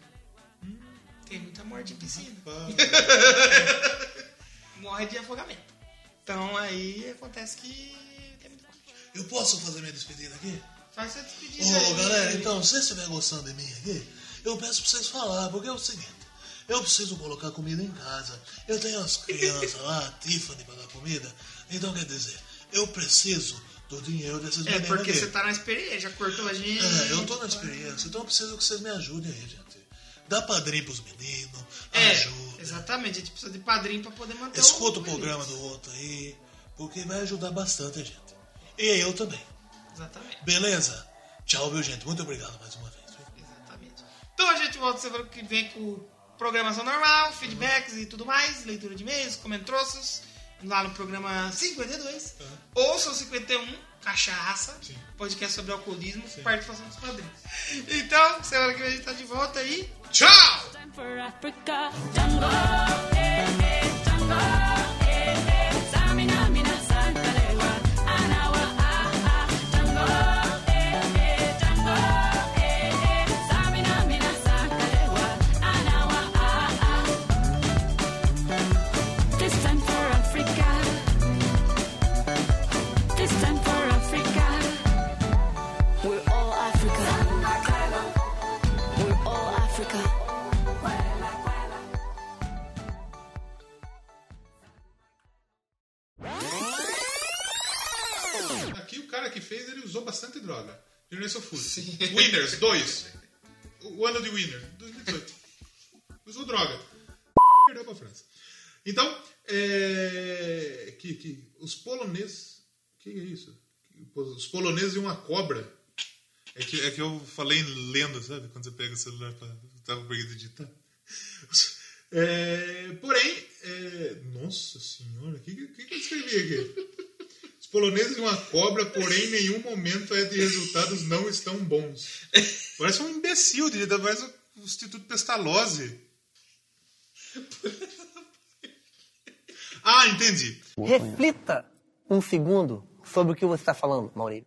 Tem muita morte em piscina.
Ah.
morre de afogamento. Então aí acontece que tem muita morte.
Eu posso fazer minha despedida aqui?
Faz essa despedida
Ô,
aí.
galera, então, se vocês estiverem gostando de mim aqui, eu peço pra vocês falar, porque é o seguinte. Eu preciso colocar comida em casa. Eu tenho as crianças lá, a Tiffany, pra dar comida. Então, quer dizer, eu preciso do dinheiro desses
É
meninos
porque
aqui.
você tá na experiência, já cortou a gente.
É, eu tô na experiência, então eu preciso que vocês me ajudem aí, gente. Dá padrinho pros meninos,
É,
ajuda.
exatamente. A gente precisa de padrinho pra poder manter
Ah, Escuta o
menino.
programa do outro aí, porque vai ajudar bastante a gente. E eu também.
Exatamente,
Beleza? Tchau, viu, gente? Muito obrigado mais uma vez. viu?
exatamente. Então a gente volta semana que vem com programação
Uhum.
normal, feedbacks e tudo mais, leitura de e-mails, comentroços, lá no programa 52.
Uhum.
Ouça o 51, Cachaça, podcast sobre alcoolismo, participação dos padrinhos. Então, semana que vem a gente tá de volta aí.
Tchau!
Time for Africa. Tango, eh, eh, tango, eh, eh. Samina, mina, santalewa. Anawa, ah, ah. Tango, eh, eh, tango, eh, eh. Samina, mina, santalewa. Anawa, ah, ah. This time for Africa. This time for Africa. We're all Africa. We're all Africa.
Aqui o cara que fez, ele usou bastante droga. Generation Food. Winners, 2. O ano de Winners, 2018. Usou droga. Perdeu pra França. Então, é... que, que os poloneses... que é isso? Os poloneses e uma cobra. É que, é que eu falei em lenda, sabe? Quando você pega o celular pra... Tava com preguiça de digitar. É, porém, é, nossa senhora, o que, que, que eu escrevi aqui? Os poloneses e uma cobra, porém, em nenhum momento é de resultados não estão bons. Parece um imbecil, de, parece o Instituto Pestalozzi. Ah, entendi. Ah,
Reflita um segundo sobre o que você está falando, Maurílio.